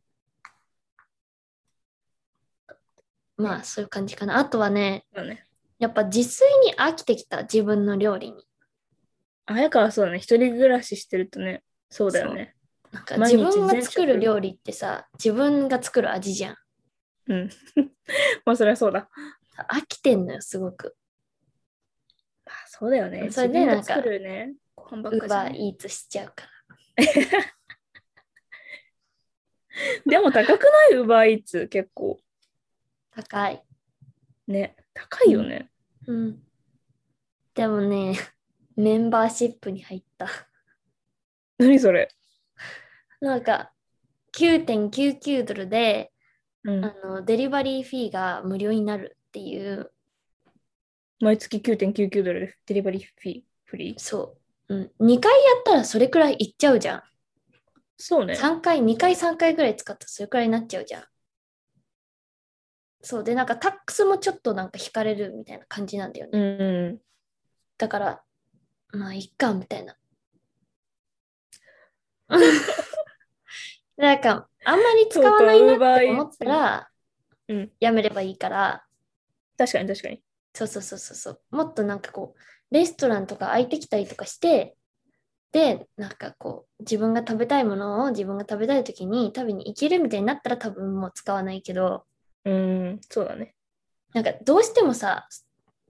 Speaker 1: まあ、そういう感じかな。あとはね、
Speaker 2: う。だね。
Speaker 1: やっぱ自炊に飽きてきた、自分の料理に。
Speaker 2: 早川はそうだね。一人暮らししてるとね、そうだよね。
Speaker 1: なんか
Speaker 2: 毎
Speaker 1: 自
Speaker 2: 日
Speaker 1: 分が
Speaker 2: 全
Speaker 1: 作
Speaker 2: 食
Speaker 1: る料理ってさ、自分が作る味じゃん。
Speaker 2: うん。 まあ、それはそうだ。
Speaker 1: 飽きてんのよ、すごく。
Speaker 2: あそうだよね。
Speaker 1: それでなんか
Speaker 2: 自分で作るね。ご飯ばっ
Speaker 1: ウ
Speaker 2: か
Speaker 1: ー
Speaker 2: じゃな
Speaker 1: バー
Speaker 2: い
Speaker 1: イーツしちゃうから。
Speaker 2: でも高くないウーバーイーツ結構。
Speaker 1: 高い。
Speaker 2: ね。高いよね。
Speaker 1: うん。でもね、 メンバーシップに入った。
Speaker 2: 何それ。
Speaker 1: なんか、9.99ドルで、
Speaker 2: うん
Speaker 1: あ。のデリバリーフィーが無料になるっていう、
Speaker 2: 毎月9.99ドルでデリバリーフィーフリー。
Speaker 1: そう、うん、2回やったらそれくらいいっちゃうじゃん。
Speaker 2: そうね。
Speaker 1: 3回、2回、3回ぐらい使ったらそれくらいになっちゃうじゃん。そうで、なんかタックスもちょっとなんか引かれるみたいな感じなんだよね。
Speaker 2: うんうん。
Speaker 1: だから、まあ、いっか、みたい な。なんか、あんまり使わないなって思ったら、
Speaker 2: そううん
Speaker 1: やめればいいから、
Speaker 2: 確かに確かに。
Speaker 1: そうそうそうそうそう。もっとなんかこう、レストランとか空いてきたりとかして、で、なんかこう、自分が食べたいものを自分が食べたい時に食べに行けるみたいになったら多分もう使わないけど、
Speaker 2: うん。そうだね。
Speaker 1: なんかどうしてもさ、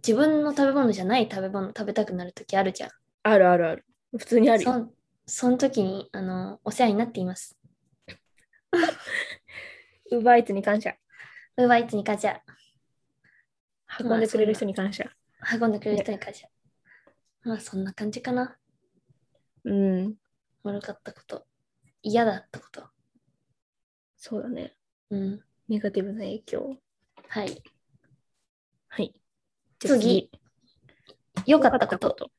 Speaker 1: 自分の食べ物じゃない食べ物食べたくなる時あるじゃん。
Speaker 2: あるあるある。普通にあるよ。
Speaker 1: そんその時に、あの、お世話になっています。
Speaker 2: ウーバーイーツに感謝。
Speaker 1: ウーバーイーツに感謝。
Speaker 2: 運んでくれる人
Speaker 1: に。
Speaker 2: に感謝。
Speaker 1: そんな運んでくれる人に感謝。まあそんな感じかな。
Speaker 2: うん。
Speaker 1: 悪かったこと。嫌だったこと。
Speaker 2: そうだね。
Speaker 1: うん。
Speaker 2: ネガティブな影響。
Speaker 1: はい。
Speaker 2: はい。じゃあ
Speaker 1: 次。良かったこと。
Speaker 2: と。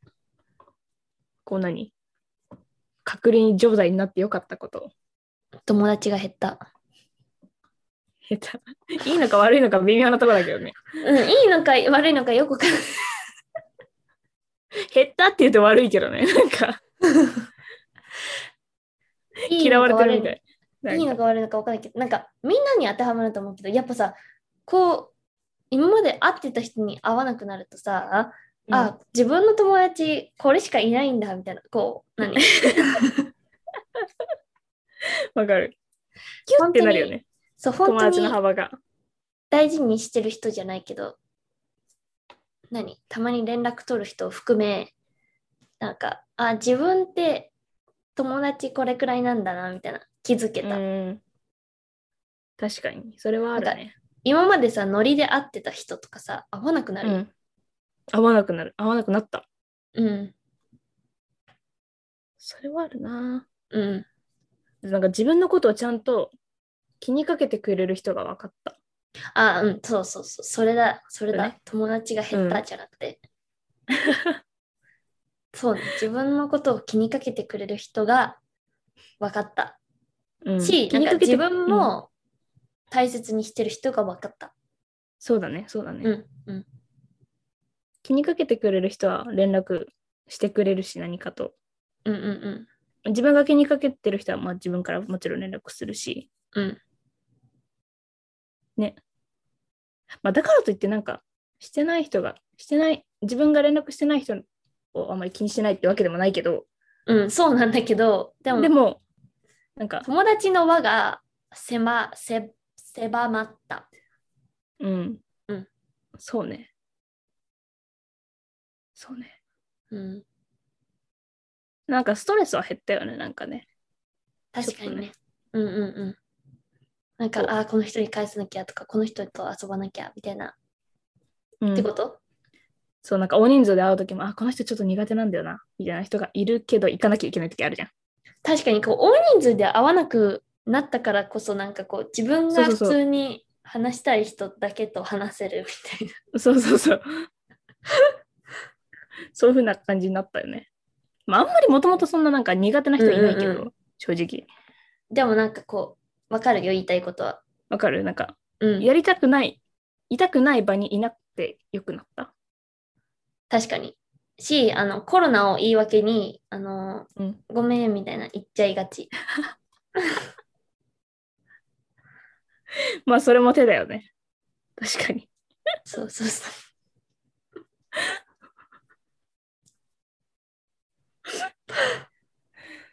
Speaker 2: こう何隔離に状態になってよかったこと。
Speaker 1: 友達が減った。
Speaker 2: 下手。いいのか悪いのか微妙なとこだけどね。
Speaker 1: うん、いいのか悪いのかよくわかんない。
Speaker 2: 減ったって言うと悪いけどね。なんか嫌われてるみたい。
Speaker 1: いい
Speaker 2: な
Speaker 1: の
Speaker 2: んか
Speaker 1: か悪いのかわかんないけど、なんかみんなに当てはまると思うけど、やっぱさ、こう、今まで会ってた人に会わなくなるとさ、あ、自分の友達これしかいないんだみたいな、こ う、何
Speaker 2: うんわかる。キュッてなるよね。
Speaker 1: そう、本
Speaker 2: 友
Speaker 1: 当
Speaker 2: 達
Speaker 1: に
Speaker 2: の幅が。
Speaker 1: 大事にしてる人じゃないけど、何たまに連絡取る人を含め、なんか、あ、自分って友達これくらいなんだな、みたいな、気づけ
Speaker 2: う
Speaker 1: た。
Speaker 2: ん。確かに。それはあるね。
Speaker 1: 今までさ、ノリで会ってた人とかさ、会わなくな
Speaker 2: う
Speaker 1: る。
Speaker 2: ん。合わなくなる。合わなくなった。
Speaker 1: うん。
Speaker 2: それはあるな。
Speaker 1: うん。
Speaker 2: なんか自分のことをちゃんと気にかけてくれる人が分かった。
Speaker 1: あ、うん、そうそうそう。それだ、それだ。
Speaker 2: ね
Speaker 1: 友達が減った
Speaker 2: うん
Speaker 1: じゃなくて。 そうね。自分のことを気にかけてくれる人が分かった。
Speaker 2: うん
Speaker 1: し、
Speaker 2: 気
Speaker 1: なん
Speaker 2: に
Speaker 1: か
Speaker 2: かけて
Speaker 1: 自分も大切にしてる人が分かった。
Speaker 2: そうだね、そうだね。
Speaker 1: うん。うん。
Speaker 2: 気にかけてくれる人は連絡してくれるし、何かと。
Speaker 1: うんうんうん。
Speaker 2: 自分が気にかけてる人は、まあ、自分からもちろん連絡するし。
Speaker 1: うん。
Speaker 2: まあ、だからといって、なんか、してない人が、してない、自分が連絡してない人をあまり気にしてないってわけでもないけど、
Speaker 1: うん、そうなんだけど、でも、
Speaker 2: でも、なんか、
Speaker 1: 友達の輪が狭、せ狭まった。
Speaker 2: うん。
Speaker 1: うん
Speaker 2: そうね。そうね。
Speaker 1: うん。
Speaker 2: なんかストレスは減ったよね、なんかね。
Speaker 1: 確かにね
Speaker 2: ち。
Speaker 1: うんうんうん。なんか、
Speaker 2: そう
Speaker 1: ああー、この人に返さなきゃとか、この人と遊ばなきゃみたいな。
Speaker 2: うん
Speaker 1: ってこと
Speaker 2: そう、なんか大人数で会うときも、あ、この人ちょっと苦手なんだよな、みたいな人がいるけど、行かなきゃいけないときあるじゃん。
Speaker 1: 確かに、こう、大人数で会わなくなったからこそ、なんかこう、自分が
Speaker 2: そう
Speaker 1: 普
Speaker 2: そうそう
Speaker 1: 通に話したい人だけと話せるみたいな。
Speaker 2: そうそうそう。 そういうふうな感じになったよね。まあ、あんまりもともとそんななんか苦手な人いないけ
Speaker 1: う
Speaker 2: ど、
Speaker 1: んうんう
Speaker 2: 正直。
Speaker 1: でもなんかこう、わかるよ、言いたいことは。
Speaker 2: わかるなんか、
Speaker 1: うん。
Speaker 2: やりたくない、いたくない場にいなくてよくなった。
Speaker 1: 確かに。し、あの、コロナを言い訳に、あの、
Speaker 2: うん
Speaker 1: ごめんみたいな言っちゃいがち。
Speaker 2: まあ、それも手だよね。確かに。
Speaker 1: そうそうそう。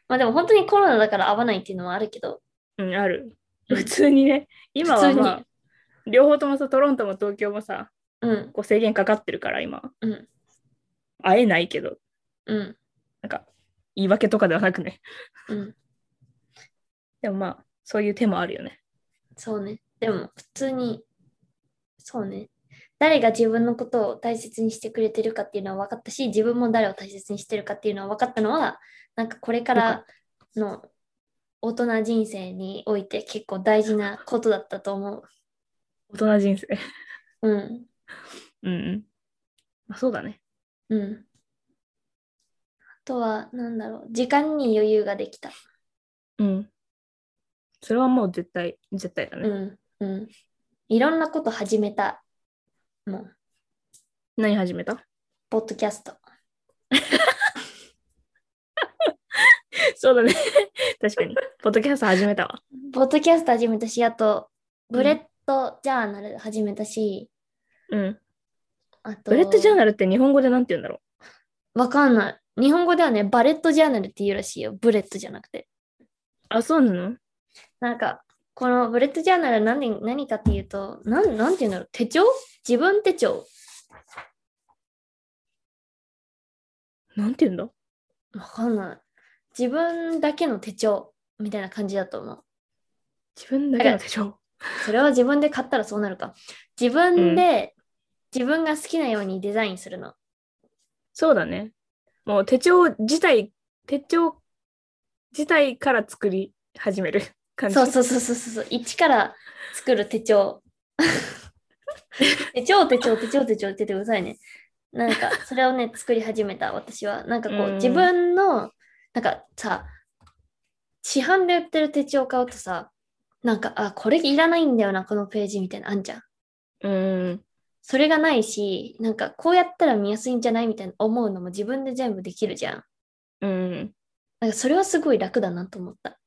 Speaker 1: まあでも本当にコロナだから合わないっていうのはあるけど、
Speaker 2: うん、ある。
Speaker 1: うん
Speaker 2: 普通にね、今は、ま
Speaker 1: 普
Speaker 2: あ、両方ともさ、トロントも東京もさ、
Speaker 1: うん、
Speaker 2: こう制限かかってるから、今。
Speaker 1: うん、
Speaker 2: 会えないけど、
Speaker 1: うん、
Speaker 2: なんか、言い訳とかではなくね。
Speaker 1: うん、
Speaker 2: でもまあ、そういう手もあるよね。
Speaker 1: そうね。でも普通に、そうね。誰が自分のことを大切にしてくれてるかっていうのは分かったし、自分も誰を大切にしてるかっていうのは分かったのは、なんかこれからの大人人生において結構大事なことだったと思
Speaker 2: 大人人生。
Speaker 1: う。うん、
Speaker 2: うんうん。まあ、そうだね。
Speaker 1: うん。あとは、なんだろう、時間に余裕ができた。
Speaker 2: うん。それはもう絶対、絶対だ
Speaker 1: う
Speaker 2: ね。
Speaker 1: ん、うん。いろんなこと始めた。もう、
Speaker 2: 何始めた
Speaker 1: ポッドキャスト。
Speaker 2: そうだね。 確かに。ポッドキャスト始めたわ。
Speaker 1: ポッドキャスト始めたし、あと、
Speaker 2: うん
Speaker 1: ブレッドジャーナル始めたし、
Speaker 2: うん。
Speaker 1: あと、
Speaker 2: ブレッドジャー
Speaker 1: ル
Speaker 2: ナルって日本語でなんて言うんだろ
Speaker 1: わかんない。日本語ではね、バレットジャーナルって言うらしいよ。ブレッドじゃなくて。
Speaker 2: う。あ、そうなの
Speaker 1: なんか、このブレッドジャーナル何で何かっていうと、なんなんて言うんだろう、手帳自分手帳
Speaker 2: なんて言うんだ
Speaker 1: わかんない。自分だけの手帳みたいな感じだと思う。
Speaker 2: 自分だけの手帳。
Speaker 1: それは自分で買ったらそうなるか。自分で、自分が好きなようにデザインするの。
Speaker 2: そうだね。もう手帳自体、手帳自体から作り始め る感じ。
Speaker 1: そうそうそうそうそう。一から作る手 帳。手帳、手帳、手帳、手帳って言ってくださいね。なんか、それをね、作り始めた私は。なんかこ
Speaker 2: う
Speaker 1: う、
Speaker 2: ん
Speaker 1: 自分の、なんかさ、市販で売ってる手帳買うとさ、なんか、あ、これいらないんだよな、このページみたいな、あんじゃん。
Speaker 2: う。うん。
Speaker 1: それがないし、なんかこうやったら見やすいんじゃないみたいな思うのも自分で全部できるじゃん。
Speaker 2: うん。
Speaker 1: なんかそれはすごい楽だなと思った。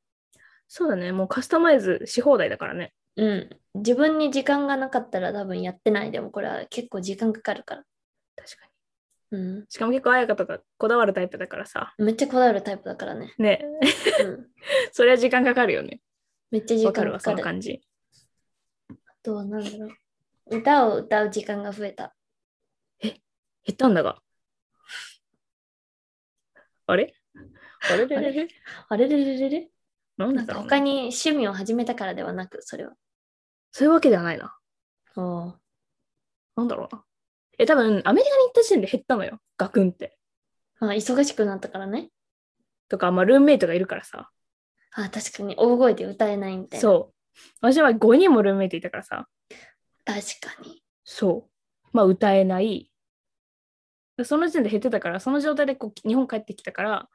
Speaker 2: そうだね。もうカスタマイズし放題だからね。
Speaker 1: うん。自分に時間がなかったら多分やってない。でもこれは結構時間かかるから。
Speaker 2: 確かに。
Speaker 1: うん。
Speaker 2: しかも結構彩香とかこだわるタイプだからさ。
Speaker 1: めっちゃこだわるタイプだからね。
Speaker 2: ね。
Speaker 1: うん。
Speaker 2: それは時間かかるよね。
Speaker 1: めっちゃ時間
Speaker 2: わ
Speaker 1: か
Speaker 2: か
Speaker 1: か
Speaker 2: る
Speaker 1: る。
Speaker 2: わ、その感じ。
Speaker 1: あとはなんだろう。歌を歌う時間が増えた。
Speaker 2: 減ったんだが。あれあれれれれ
Speaker 1: あれれれれれ
Speaker 2: なん
Speaker 1: な
Speaker 2: だ
Speaker 1: んか
Speaker 2: ろう
Speaker 1: 他
Speaker 2: な。
Speaker 1: に趣味を始めたからではなく、それは。
Speaker 2: そういうわけではないな。
Speaker 1: おー
Speaker 2: なんだろうな。え、多分、アメリカに行った時点で減ったのよ。ガクンって。
Speaker 1: まあ忙しくなったからね。
Speaker 2: とか、まあ、ルームメイトがいるからさ。
Speaker 1: あ、確かに大声で歌えないみたいな。う。
Speaker 2: そう。私は5人もルームメイトいたからさ。
Speaker 1: 確かに。
Speaker 2: そう。まあ、歌えない。その時点で減ってたから、その状態でこう日本帰ってきたから、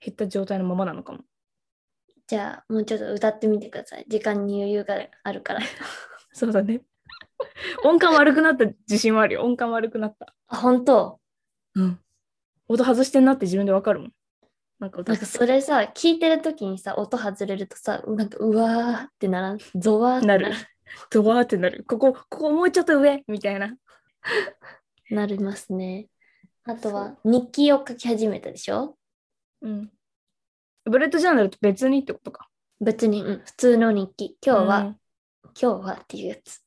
Speaker 2: 減った状態のままなのかも。
Speaker 1: じゃあもうちょっと歌ってみてください。時間に余裕があるから。
Speaker 2: そうだね。 音感悪くなった自信はあるよ。音感悪くなった。
Speaker 1: あ、本当
Speaker 2: うん。音外してんなって自分でわかるもん。なんか歌
Speaker 1: なん
Speaker 2: って
Speaker 1: かそれさ、聞いてるときにさ、音外れるとさ、なんかうわーってならん、ゾワーって
Speaker 2: なる。ドワーってなる。ここ、ここもうちょっと上みたいな。
Speaker 1: なりますね。あと
Speaker 2: そ
Speaker 1: は日記を書き始めたでしょ
Speaker 2: うん。ブレッドジャーナルと別にってことか。
Speaker 1: 別に、うん、普通の日記。今日は、
Speaker 2: うん
Speaker 1: 今日はっていうやつ。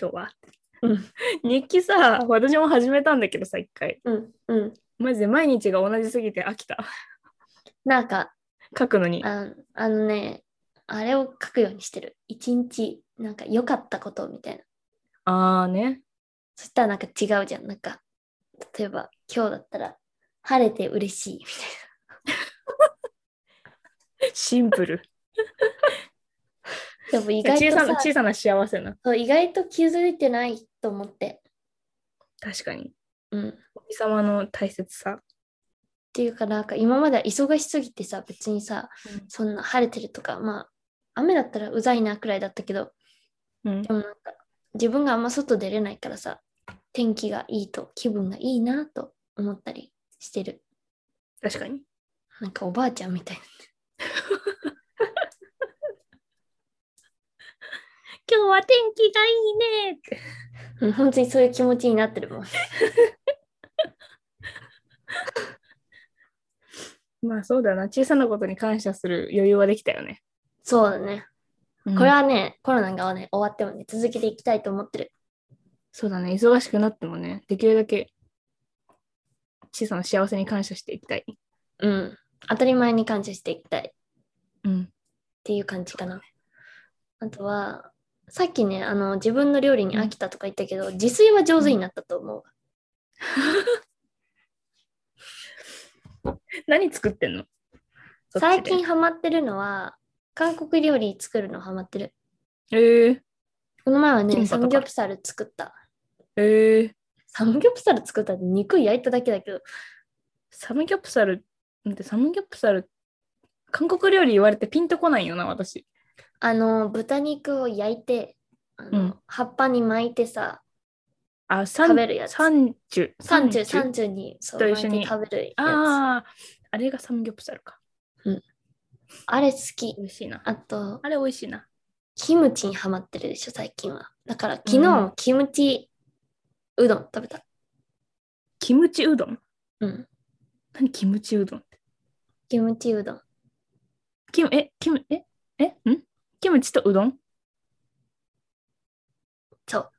Speaker 2: 今日は。
Speaker 1: うん
Speaker 2: 日記さ、私も始めたんだけどさ、一回。
Speaker 1: うんうん。
Speaker 2: マジで毎日が同じすぎて飽きた。
Speaker 1: なんか、
Speaker 2: 書くのに。
Speaker 1: ああのね、あれを書くようにしてる。一日、なんか良かったことみたいな。
Speaker 2: あーね。
Speaker 1: そしたらなんか違うじゃん。なんか、例えば今日だったら、晴れて嬉しいみたい
Speaker 2: シンプル。
Speaker 1: な。でも意外
Speaker 2: 小
Speaker 1: と
Speaker 2: さな
Speaker 1: さ
Speaker 2: 小さな幸せな。
Speaker 1: そう、意外と気づいてないと思って。
Speaker 2: 確かに。
Speaker 1: うん。っ
Speaker 2: お日様の大切さ。
Speaker 1: ていうかなんか今までは忙しすぎてさ、別にさ、
Speaker 2: うん
Speaker 1: そんな晴れてるとか、まあ、雨だったらうざいなくらいだったけど、
Speaker 2: うん
Speaker 1: でもなんか自分があんま外出れないからさ、天気がいいと気分がいいなと思ったりしてる。
Speaker 2: 確かに。
Speaker 1: なんかおばあちゃんみたいな。
Speaker 2: 今日は天気がいいねって。
Speaker 1: うん 本当にそういう気持ちになってるもん。
Speaker 2: まあそうだな。小さなことに感謝する余裕はできたよね。
Speaker 1: そうだね。
Speaker 2: こ
Speaker 1: これはね、コロナがね、終わってもね、続けていきたいと思ってる。
Speaker 2: そうだね。忙しくなってもね、できるだけ小さな幸せに感謝していきたい。
Speaker 1: うん。当たり前に感謝していきたいっ
Speaker 2: うん。
Speaker 1: ていう感じかな。あとは、さっきね、あの、自分の料理に飽きたとか言ったけど、自炊は上手になったと思う。
Speaker 2: 何作ってんの
Speaker 1: 最。近ハマってるのは、韓国料理作るのハマってる。
Speaker 2: えー、
Speaker 1: この前は
Speaker 2: キ
Speaker 1: ね、
Speaker 2: ンパ
Speaker 1: サ
Speaker 2: とか
Speaker 1: ムギョプサル作った。
Speaker 2: えー、
Speaker 1: サムギョプサル作ったって肉焼いただけだけど、
Speaker 2: サムギョプサル、なんてサムギョプサル、韓国料理言われてピンとこないよな、私。
Speaker 1: あの、豚肉を焼いて、あの
Speaker 2: うん
Speaker 1: 葉っぱに巻いてさ、
Speaker 2: あ、サ
Speaker 1: 食
Speaker 2: ン
Speaker 1: べるやつ。
Speaker 2: サンチュ。
Speaker 1: サンチュ、
Speaker 2: サ
Speaker 1: サ
Speaker 2: ン
Speaker 1: ン
Speaker 2: チ
Speaker 1: チュにそう
Speaker 2: と一緒に
Speaker 1: 巻いて食べるやつ。あ
Speaker 2: ああ、あれがサムギョプサルか。
Speaker 1: れ好き。
Speaker 2: 美味しいな。
Speaker 1: あと、
Speaker 2: あれ美味しいな。
Speaker 1: キムチにハマってるでしょ、最近は。だから、昨日
Speaker 2: う
Speaker 1: もキムチうどん食べた。
Speaker 2: キムチうどん
Speaker 1: うん。
Speaker 2: 何キムチうどんって。
Speaker 1: キムチうどん。
Speaker 2: キム、え、キム、え、え、んキムチとうどん
Speaker 1: そう。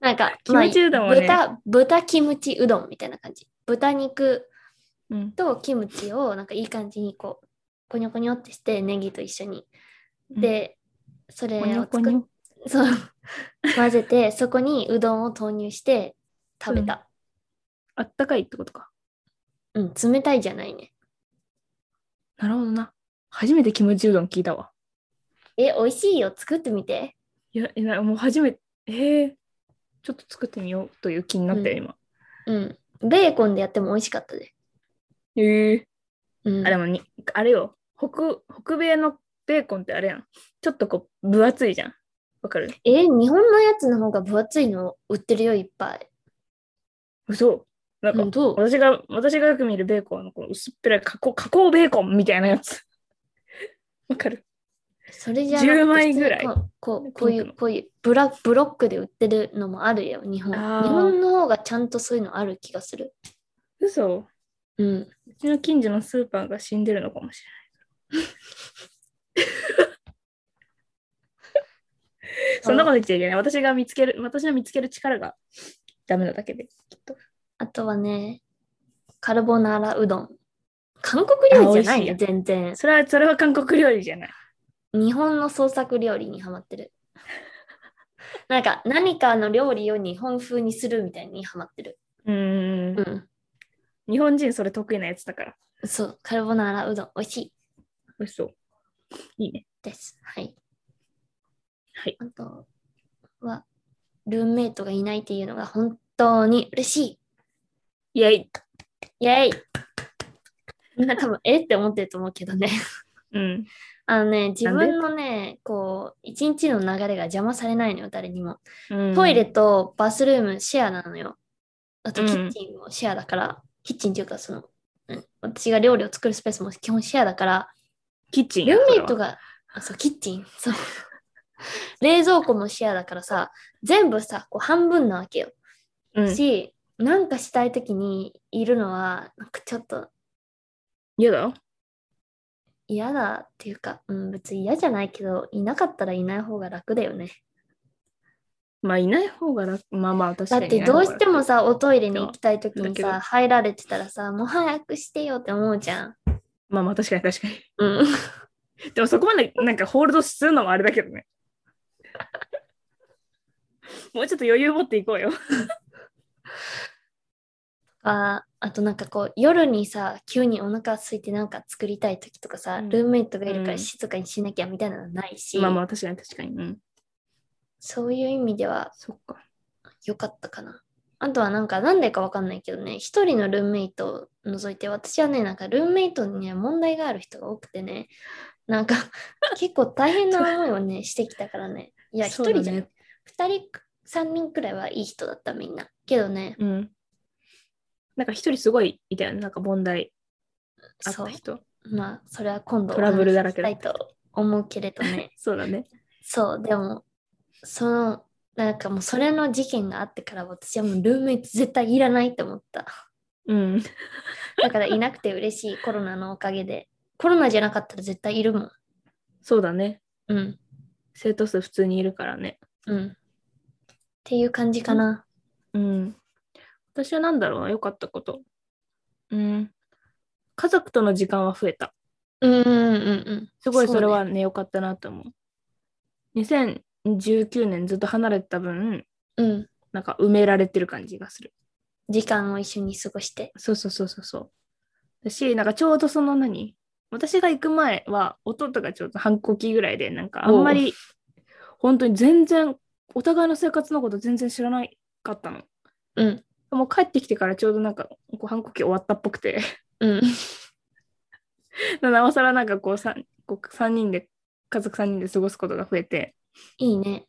Speaker 1: なんか、
Speaker 2: キムチうどん
Speaker 1: ま
Speaker 2: は
Speaker 1: あ
Speaker 2: ね、
Speaker 1: 豚、豚キムチうどんみたいな感じ。豚肉
Speaker 2: うん、
Speaker 1: とキムチをなんかいい感じにこう、こにょこにょってして、ネギと一緒に。
Speaker 2: うん、
Speaker 1: で、それ
Speaker 2: こに
Speaker 1: を
Speaker 2: ょ
Speaker 1: 作
Speaker 2: こ
Speaker 1: っ
Speaker 2: にょ
Speaker 1: そう混ぜてそこにうどんを投入して食べた、
Speaker 2: あったかいってことか。
Speaker 1: うん冷たいじゃないね
Speaker 2: なるほどな。初めてキムチうどん聞いたわ。
Speaker 1: え美味しいよ作ってみて
Speaker 2: いや、いやもう初めて、えー、ちょっと作ってみようという気になったよ、今。
Speaker 1: うんベーコンでやっても美味しかったで、
Speaker 2: えー、
Speaker 1: うん、
Speaker 2: あ、でもに、あれよ、北、北米のベーコンってあれやん。ちょっとこう、分厚いじゃん。わかる
Speaker 1: え日本のやつの方が分厚いの売ってるよいっぱい
Speaker 2: 嘘なんか、
Speaker 1: 本当
Speaker 2: 私が、私がよく見るベーコンのこの薄っぺらい加工、加工ベーコンみたいなやつ。 わかる
Speaker 1: それじゃなくて
Speaker 2: 10枚ぐらい
Speaker 1: 普通にこうこうこうい
Speaker 2: ピ
Speaker 1: う
Speaker 2: ンクの
Speaker 1: こういうブラブロックで売ってるのもあるよ日本
Speaker 2: あー
Speaker 1: 日本の方がちゃんとそういうのある気がする
Speaker 2: 嘘
Speaker 1: うん
Speaker 2: うちの近所のスーパーが死んでるのかもしれない。そんなこと言っちゃいけない。私が見つける、私の見つける力がダメなだけで、きっと。
Speaker 1: あとはねカルボナーラうどん韓国料理じゃない
Speaker 2: あ美
Speaker 1: よ
Speaker 2: 味
Speaker 1: 全然
Speaker 2: それは、それは韓国料理じゃない。
Speaker 1: 日本の創作料理にハマってる。 なんか何かの料理を日本風にするみたいにハマってる。
Speaker 2: うーん
Speaker 1: う。ん。
Speaker 2: 日本人それ得意なやつだから。
Speaker 1: そう、カルボナーラうどん美味しい
Speaker 2: 美味しそう。いいね。
Speaker 1: です。はい。
Speaker 2: はい。
Speaker 1: あとは、ルームメイトがいないっていうのが本当に嬉しい。
Speaker 2: イェイ。
Speaker 1: イェイ みんな多分、えって思ってると思うけどね。
Speaker 2: うん。
Speaker 1: あのね、自分のね、こう、一日の流れが邪魔されないのよ、誰にも。
Speaker 2: うん
Speaker 1: トイレ。とバスルームシェアなのよ。あと
Speaker 2: うん
Speaker 1: キッチンもシェアだから、キッチンっていうかその、うん私が料理を作るスペースも基本シェアだから、
Speaker 2: キッチン
Speaker 1: ル
Speaker 2: や。
Speaker 1: ームメイト
Speaker 2: が。
Speaker 1: が、あそう、キッチン、そう。冷蔵庫もシェアだからさ、全部さ、こう半分なわけよ。
Speaker 2: うん。
Speaker 1: し、なんかしたいときにいるのは、なんかちょっと
Speaker 2: 嫌だ
Speaker 1: 嫌だっていうか、うん、別に嫌じゃないけど、いなかったらいない方が楽だよね。
Speaker 2: まあいない方が楽まあまあ確
Speaker 1: だ
Speaker 2: か
Speaker 1: っ
Speaker 2: に
Speaker 1: てどうしてもさ、おトイレに行きたいとき
Speaker 2: だ
Speaker 1: に
Speaker 2: けど
Speaker 1: さ、入られてたらさ、もう早くしてよって思うじゃん。
Speaker 2: まあまあ確かに確かに
Speaker 1: うん。
Speaker 2: でもそこまでなんかホールドするのもあれだ けどねもうちょっと余裕持っていこうよ
Speaker 1: ああとなんかこう夜にさ急にお腹空いてなんか作りたい時とかさ、
Speaker 2: うん
Speaker 1: ルームメイトがいるか
Speaker 2: うん
Speaker 1: ら静かにしなきゃみたいなのはないし、
Speaker 2: まあまあ確かに確かにうん
Speaker 1: そういう意味では
Speaker 2: そっか
Speaker 1: 良かったかな。あとはなんか何でかわかんないけどね一人のルームメイトを除いて私はねなんかルームメイトにね問題がある人が多くてねなん か結構大変な思いをねしてきたからねいや一
Speaker 2: そうだね
Speaker 1: 人じゃない、二人三人くらいはいい人だったみんなけどね
Speaker 2: うんなんか一人すごいいたよねなんか問題あっ
Speaker 1: そう
Speaker 2: た人
Speaker 1: まあそれは今度
Speaker 2: トラブルだらけ
Speaker 1: お
Speaker 2: だ
Speaker 1: 話し
Speaker 2: っ
Speaker 1: したいと思うけれど ね
Speaker 2: そうだね
Speaker 1: そう、でも、その、なんかもうそれの事件があってから私はもうルームメイト絶対いらないと思った。
Speaker 2: うん
Speaker 1: だから いなくて嬉しいコロナのおかげで。コロナじゃなかったら絶対いるもん。
Speaker 2: そうだね
Speaker 1: うん、
Speaker 2: 生徒数普通にいるからね
Speaker 1: うん。っていう感じかな。
Speaker 2: うん私は何だろうな良かったことうん家族との時間は増えた
Speaker 1: うんうんうんうん。
Speaker 2: すごいそれ
Speaker 1: う
Speaker 2: は
Speaker 1: ね。
Speaker 2: ね良かったなと思う2019年ずっと離れてた分
Speaker 1: うん。
Speaker 2: なんか埋められてる感じがする
Speaker 1: 時間を一緒に過ごして。
Speaker 2: そうそうそうそうそうだしなんかちょうどその何私が行く前は弟がちょうど反抗期ぐらいでなんかあんまり本当に全然お互いの生活のこと全然知らないかったの
Speaker 1: うん。
Speaker 2: もう帰ってきてからちょうどなんかこう反抗期終わったっぽくて
Speaker 1: うん。
Speaker 2: なおさらなんかこう 3, こう3人で家族3人で過ごすことが増えて
Speaker 1: いいね。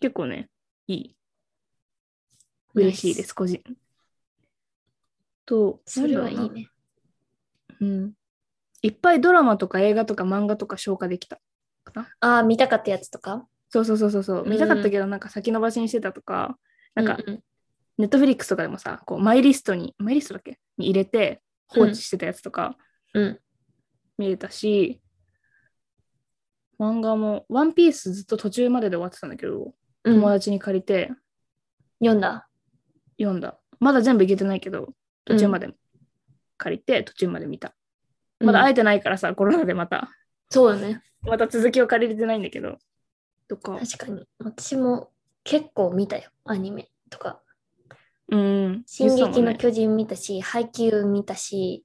Speaker 2: 結構ね、いい。嬉しいです、個人。と、
Speaker 1: それはい
Speaker 2: ないんだろ
Speaker 1: ね。
Speaker 2: うなうん。いっぱいドラマとか映画とか漫画とか消化できたかな。
Speaker 1: ああ、見たかったやつとか
Speaker 2: そうそうそうそうそう。
Speaker 1: うん
Speaker 2: 見たかったけど、なんか先延ばしにしてたとか、なんか、
Speaker 1: うん
Speaker 2: ネットフリックスとかでもさ、こう、マイリストに、マイリストだっけに入れて放置してたやつとか
Speaker 1: うん、うん。
Speaker 2: 見れたし、漫画も、ワンピースずっと途中までで終わってたんだけど、
Speaker 1: うん
Speaker 2: 友達に借りて、
Speaker 1: 読んだ。
Speaker 2: 読んだ。まだ全部いけてないけど、途中まで借りて、途中まで見た。まだ
Speaker 1: うん
Speaker 2: 会えてないからさ、コロナでまた、
Speaker 1: そうよね。
Speaker 2: また続きを借りれてないんだけど。とか、
Speaker 1: 確かに。私も結構見たよ。アニメとか。
Speaker 2: うん。
Speaker 1: 進撃
Speaker 2: 言
Speaker 1: の
Speaker 2: ってたもんね
Speaker 1: 巨人見たし、配給見たし、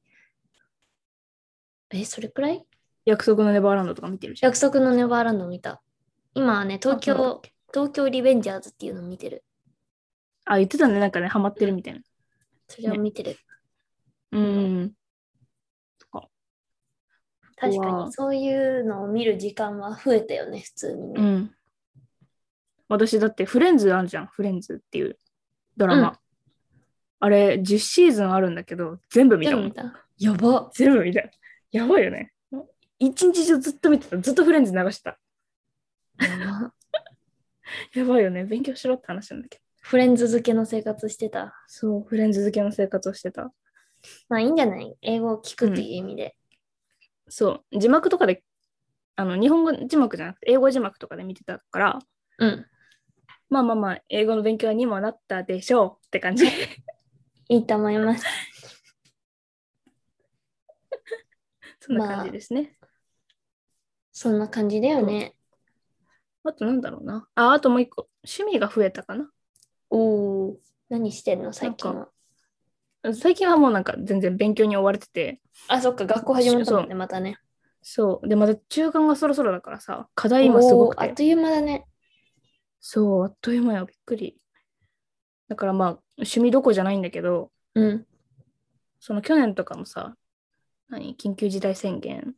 Speaker 1: え、それくらい
Speaker 2: 約束のネバーランドとか見てるじゃん。
Speaker 1: 約束のネバーランド見た。今はね、東
Speaker 2: あそうだ
Speaker 1: 京、東京リベンジャーズっていうのを見てる。
Speaker 2: あ、言ってたね、なんかね、ハマってるみたいな。
Speaker 1: それを見てる。
Speaker 2: うん。
Speaker 1: 確か
Speaker 2: うわ
Speaker 1: に、そういうのを見る時間は増えたよね、普通に
Speaker 2: う
Speaker 1: ね。
Speaker 2: ん。私、だって、フレンズあるじゃん、フレンズっていうドラマ。
Speaker 1: うん
Speaker 2: あれ、10シーズンあるんだけど、全部見た
Speaker 1: 全部
Speaker 2: もん
Speaker 1: 見。た。やば。
Speaker 2: 全部見た。やばいよね。一日中ずっと見てた。ずっとフレンズ流してた。やばいよね。勉強しろって話なんだけど。
Speaker 1: フレンズ付けの生活してた。
Speaker 2: そう、フレンズ付けの生活をしてた。
Speaker 1: まあいいんじゃない英語を聞くっていう意味で。
Speaker 2: そう、字幕とかで、あの、日本語字幕じゃなくて、英語字幕とかで見てたから、
Speaker 1: うん。
Speaker 2: まあまあまあ、英語の勉強にもなったでしょうって 感じ。
Speaker 1: いいと思います。
Speaker 2: そんな感じですね。
Speaker 1: そんな感じだよね。
Speaker 2: あ、となんだろうな。あ、あともう一個。趣味が増えたかな。
Speaker 1: おお。何してんの最近
Speaker 2: な
Speaker 1: は。
Speaker 2: 最近はもうなんか全然勉強に追われてて、
Speaker 1: あ、そっか、学校始まったもん
Speaker 2: そ
Speaker 1: ね、またね。
Speaker 2: そう。で、また中間がそろそろだからさ、課題今すごく。
Speaker 1: おーあってという間だね。
Speaker 2: そう、あっという間よ。びっくり。だからまあ、趣味どこじゃないんだけど、
Speaker 1: うん。
Speaker 2: その去年とかもさ、何、緊急事態宣言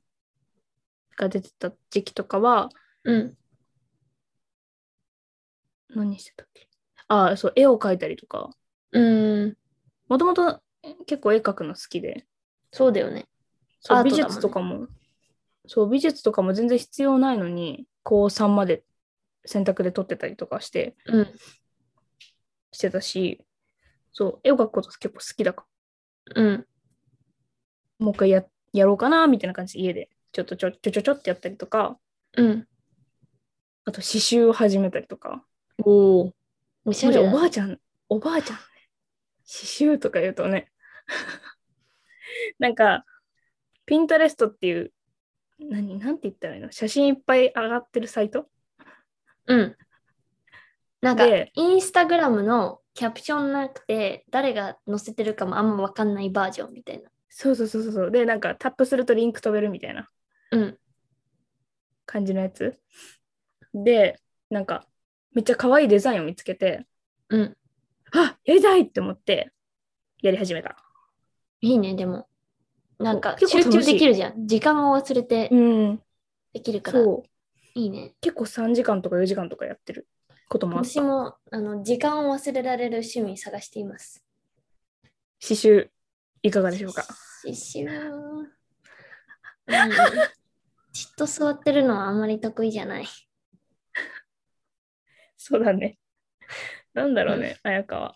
Speaker 2: が出てた時期とかは、
Speaker 1: うん。
Speaker 2: 何してたっけああ、そう、絵を描いたりとか、
Speaker 1: うん。
Speaker 2: もともと結構絵描くの好きで、
Speaker 1: そうだよね。
Speaker 2: そう
Speaker 1: アート
Speaker 2: 美
Speaker 1: だもんね
Speaker 2: 術とかも、そう、美術とかも全然必要ないのに、高3まで選択で取ってたりとかして、
Speaker 1: うん。
Speaker 2: してたし、そう、絵を描くこと結構好きだか
Speaker 1: うん。
Speaker 2: ら、もう一回ややろうかな、みたいな感じで家で、ちょっとちょちょちょちょってやったりとか、
Speaker 1: うん。
Speaker 2: あと刺繍を始めたりとか、
Speaker 1: おお。おしゃ
Speaker 2: マジ
Speaker 1: れ
Speaker 2: おば
Speaker 1: だ。
Speaker 2: あちゃん、おばあちゃん、刺繍とか言うとね、 なんか、ピンタレストっていう、何、なんて言ったらいいの写真いっぱい上がってるサイト
Speaker 1: うん。なんか、
Speaker 2: で
Speaker 1: インスタグラムのキャプションなくて、誰が載せてるかもあんまわかんないバージョンみたいな。
Speaker 2: そうそうそうそうそう。で、なんかタップするとリンク飛べるみたいな
Speaker 1: うん。
Speaker 2: 感じのやつ。で、なんか、めっちゃ可愛いデザインを見つけて、
Speaker 1: うん。
Speaker 2: あやりたいって思って、やり始めた。
Speaker 1: いいね、でも。なんか、
Speaker 2: 結構
Speaker 1: 集
Speaker 2: 楽し
Speaker 1: 中
Speaker 2: い
Speaker 1: できるじゃん。時間を忘れて
Speaker 2: うん。
Speaker 1: できるから。
Speaker 2: そう。
Speaker 1: いいね。
Speaker 2: 結構3時間とか4時間とかやってることもあった。
Speaker 1: 私
Speaker 2: 刺
Speaker 1: もあの時間を忘れられる趣味探しています。
Speaker 2: 繍、いかがでしょうか
Speaker 1: 刺繍。うんじっと座ってるのはあんまり得意じゃない。
Speaker 2: そうだね。なんだろうね、綾香は。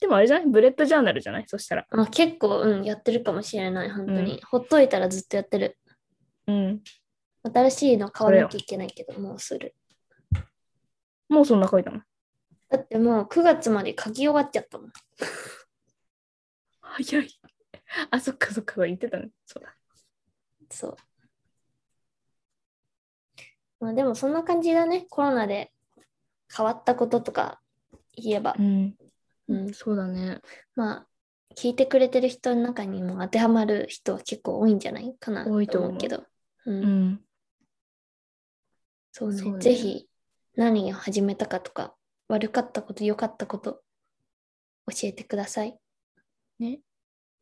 Speaker 2: でもあれじゃないブレッドジャーナルじゃないそしたら。
Speaker 1: まあ、結構、うん、やってるかもしれない、本当に。
Speaker 2: う
Speaker 1: ほっといたらずっとやってる。
Speaker 2: うん。
Speaker 1: 新しいの買わなきゃいけないけど、もうする。
Speaker 2: もうそんな書いたの
Speaker 1: だってもう9月まで書き終わっちゃったもん。
Speaker 2: 早い。あ、そっかそっか、言ってたね。そうだ。
Speaker 1: そう。まあでもそんな感じだね。コロナで変わったこととか言えば。
Speaker 2: ん。
Speaker 1: うん
Speaker 2: そうだね。
Speaker 1: まあ、聞いてくれてる人の中にも当てはまる人は結構多いんじゃないかなと
Speaker 2: 多いと思う
Speaker 1: 思うけど。うん
Speaker 2: ん。
Speaker 1: そうね
Speaker 2: そうね
Speaker 1: ぜひ何を始めたかとか、悪かったこと、良かったこと、教えてください。
Speaker 2: ね。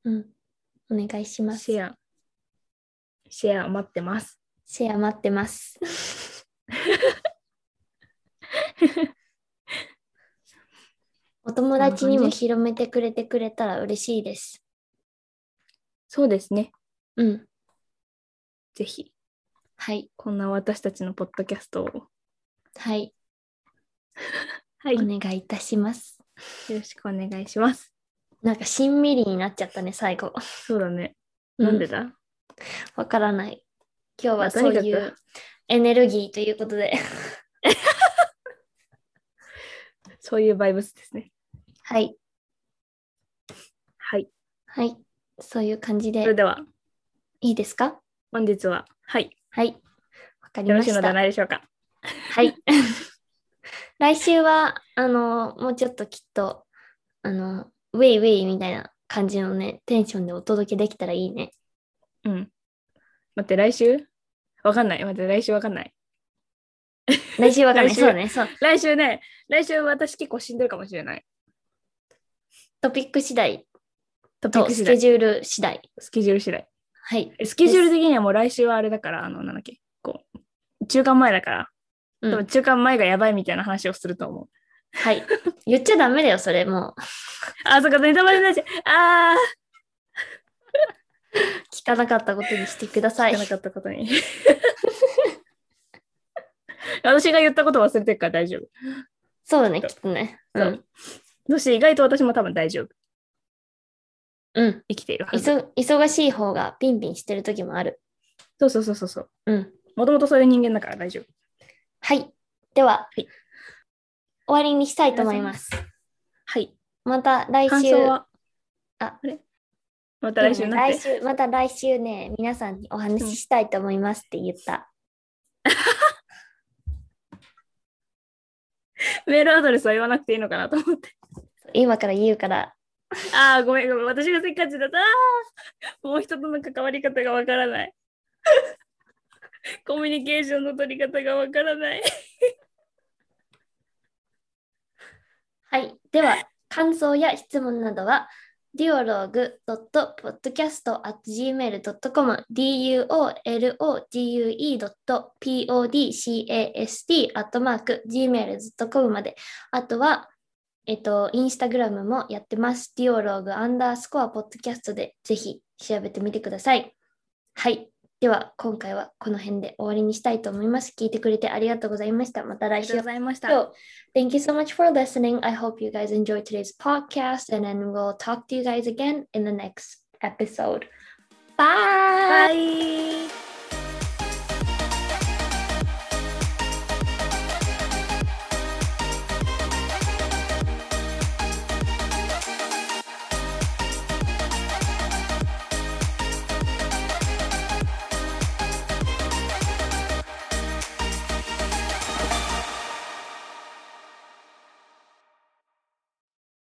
Speaker 1: うん。お願いします。
Speaker 2: シェア。シェア待ってます。
Speaker 1: シェア待って ます。お友達にも広めてくれてくれたら嬉しいです。
Speaker 2: そうですね。
Speaker 1: うん。
Speaker 2: ぜひ、
Speaker 1: はい。
Speaker 2: こんな私たちのポッドキャストを。
Speaker 1: はい。お
Speaker 2: はよ
Speaker 1: 願いいたします。
Speaker 2: ろしくお願いします。
Speaker 1: なんかしんみりになっちゃったね、最後。
Speaker 2: そうだね。なんでだ、
Speaker 1: わからない。今日
Speaker 2: まあ
Speaker 1: はそう
Speaker 2: とに
Speaker 1: い
Speaker 2: かく
Speaker 1: うエネルギーということで。
Speaker 2: そういうバイブスですね。
Speaker 1: はい。
Speaker 2: はい。
Speaker 1: はい。そういう感じ
Speaker 2: それ
Speaker 1: で
Speaker 2: では、
Speaker 1: いいですか
Speaker 2: 本日は、はい。
Speaker 1: はい。わかり
Speaker 2: よろ
Speaker 1: ま
Speaker 2: しい
Speaker 1: し
Speaker 2: ので
Speaker 1: た
Speaker 2: は。ないでしょうか。
Speaker 1: はい。 来週は、あの、もうちょっときっと、あの、ウェイウェイみたいな感じのね、テンションでお届けできたらいいね。
Speaker 2: うん。待って、来週わかんない。待って、来週わかんない。
Speaker 1: 来週わかんない。
Speaker 2: 来週
Speaker 1: そうね、そう。
Speaker 2: 来週ね、来週私結構死んでるかもしれない。
Speaker 1: トピック次第
Speaker 2: トピッ
Speaker 1: と
Speaker 2: ク次
Speaker 1: スケ
Speaker 2: 第。
Speaker 1: ジュール次第。
Speaker 2: スケジュール次第。
Speaker 1: はい。
Speaker 2: えスケジュール的にはもう来週はあれだから、あの、なんだっけ、こう、中間前だから、
Speaker 1: うん
Speaker 2: 多分中間前がやばいみたいな話をすると思う。
Speaker 1: はい。言っちゃダメだよ、それもう。
Speaker 2: あ、そっか、ネタバレになっちゃう。あ
Speaker 1: 聞かなかったことにしてくだ
Speaker 2: ー、
Speaker 1: さい
Speaker 2: 聞か。なかったことに。 私が言ったこと忘れてるから大丈夫。
Speaker 1: そうだね、きっとね。う
Speaker 2: そ
Speaker 1: ん
Speaker 2: う。そして意外と私も多分大丈夫。
Speaker 1: うん。
Speaker 2: 生きているはいず。
Speaker 1: そ忙しい方がピンピンしてる時もある。
Speaker 2: そうそうそうそうそう。
Speaker 1: うん。
Speaker 2: もともとそういう人間だから大丈夫。
Speaker 1: はい。では、
Speaker 2: い
Speaker 1: 終わりにしたいと思います。
Speaker 2: はい。
Speaker 1: また来
Speaker 2: 感
Speaker 1: 週
Speaker 2: 想、は
Speaker 1: あ
Speaker 2: れまた来週なん
Speaker 1: 来
Speaker 2: て。
Speaker 1: 週また来週ね、皆さんにお話ししたいと思いますって言った。
Speaker 2: メールアドレスは言わなくていいのかなと思って。
Speaker 1: 今から言うから、
Speaker 2: ああ、ごめんごめん。私がせっかちだった。あ ーもう人との関わり方がわからない。 コミュニケーションの取り方がわからない。
Speaker 1: はい。では、感想や質問などは、duologue.podcast.gmail.com duologue.podcast.gmail.com まで、あとは、えっと、インスタグラムもやってます。duologue アンダースコアポッドキャストでぜひ調べてみてください。はい。では、今回はこの辺で終わりにしたいと思います。聞いてくれてありがとうございました。また
Speaker 2: あ
Speaker 1: 来
Speaker 2: りがとう
Speaker 1: 週
Speaker 2: ご。ざいました。
Speaker 1: So, thank you so much for listening. I hope you guys enjoyed today's podcast, and then we'll talk to you guys again in the next episode. Bye.
Speaker 2: バイ。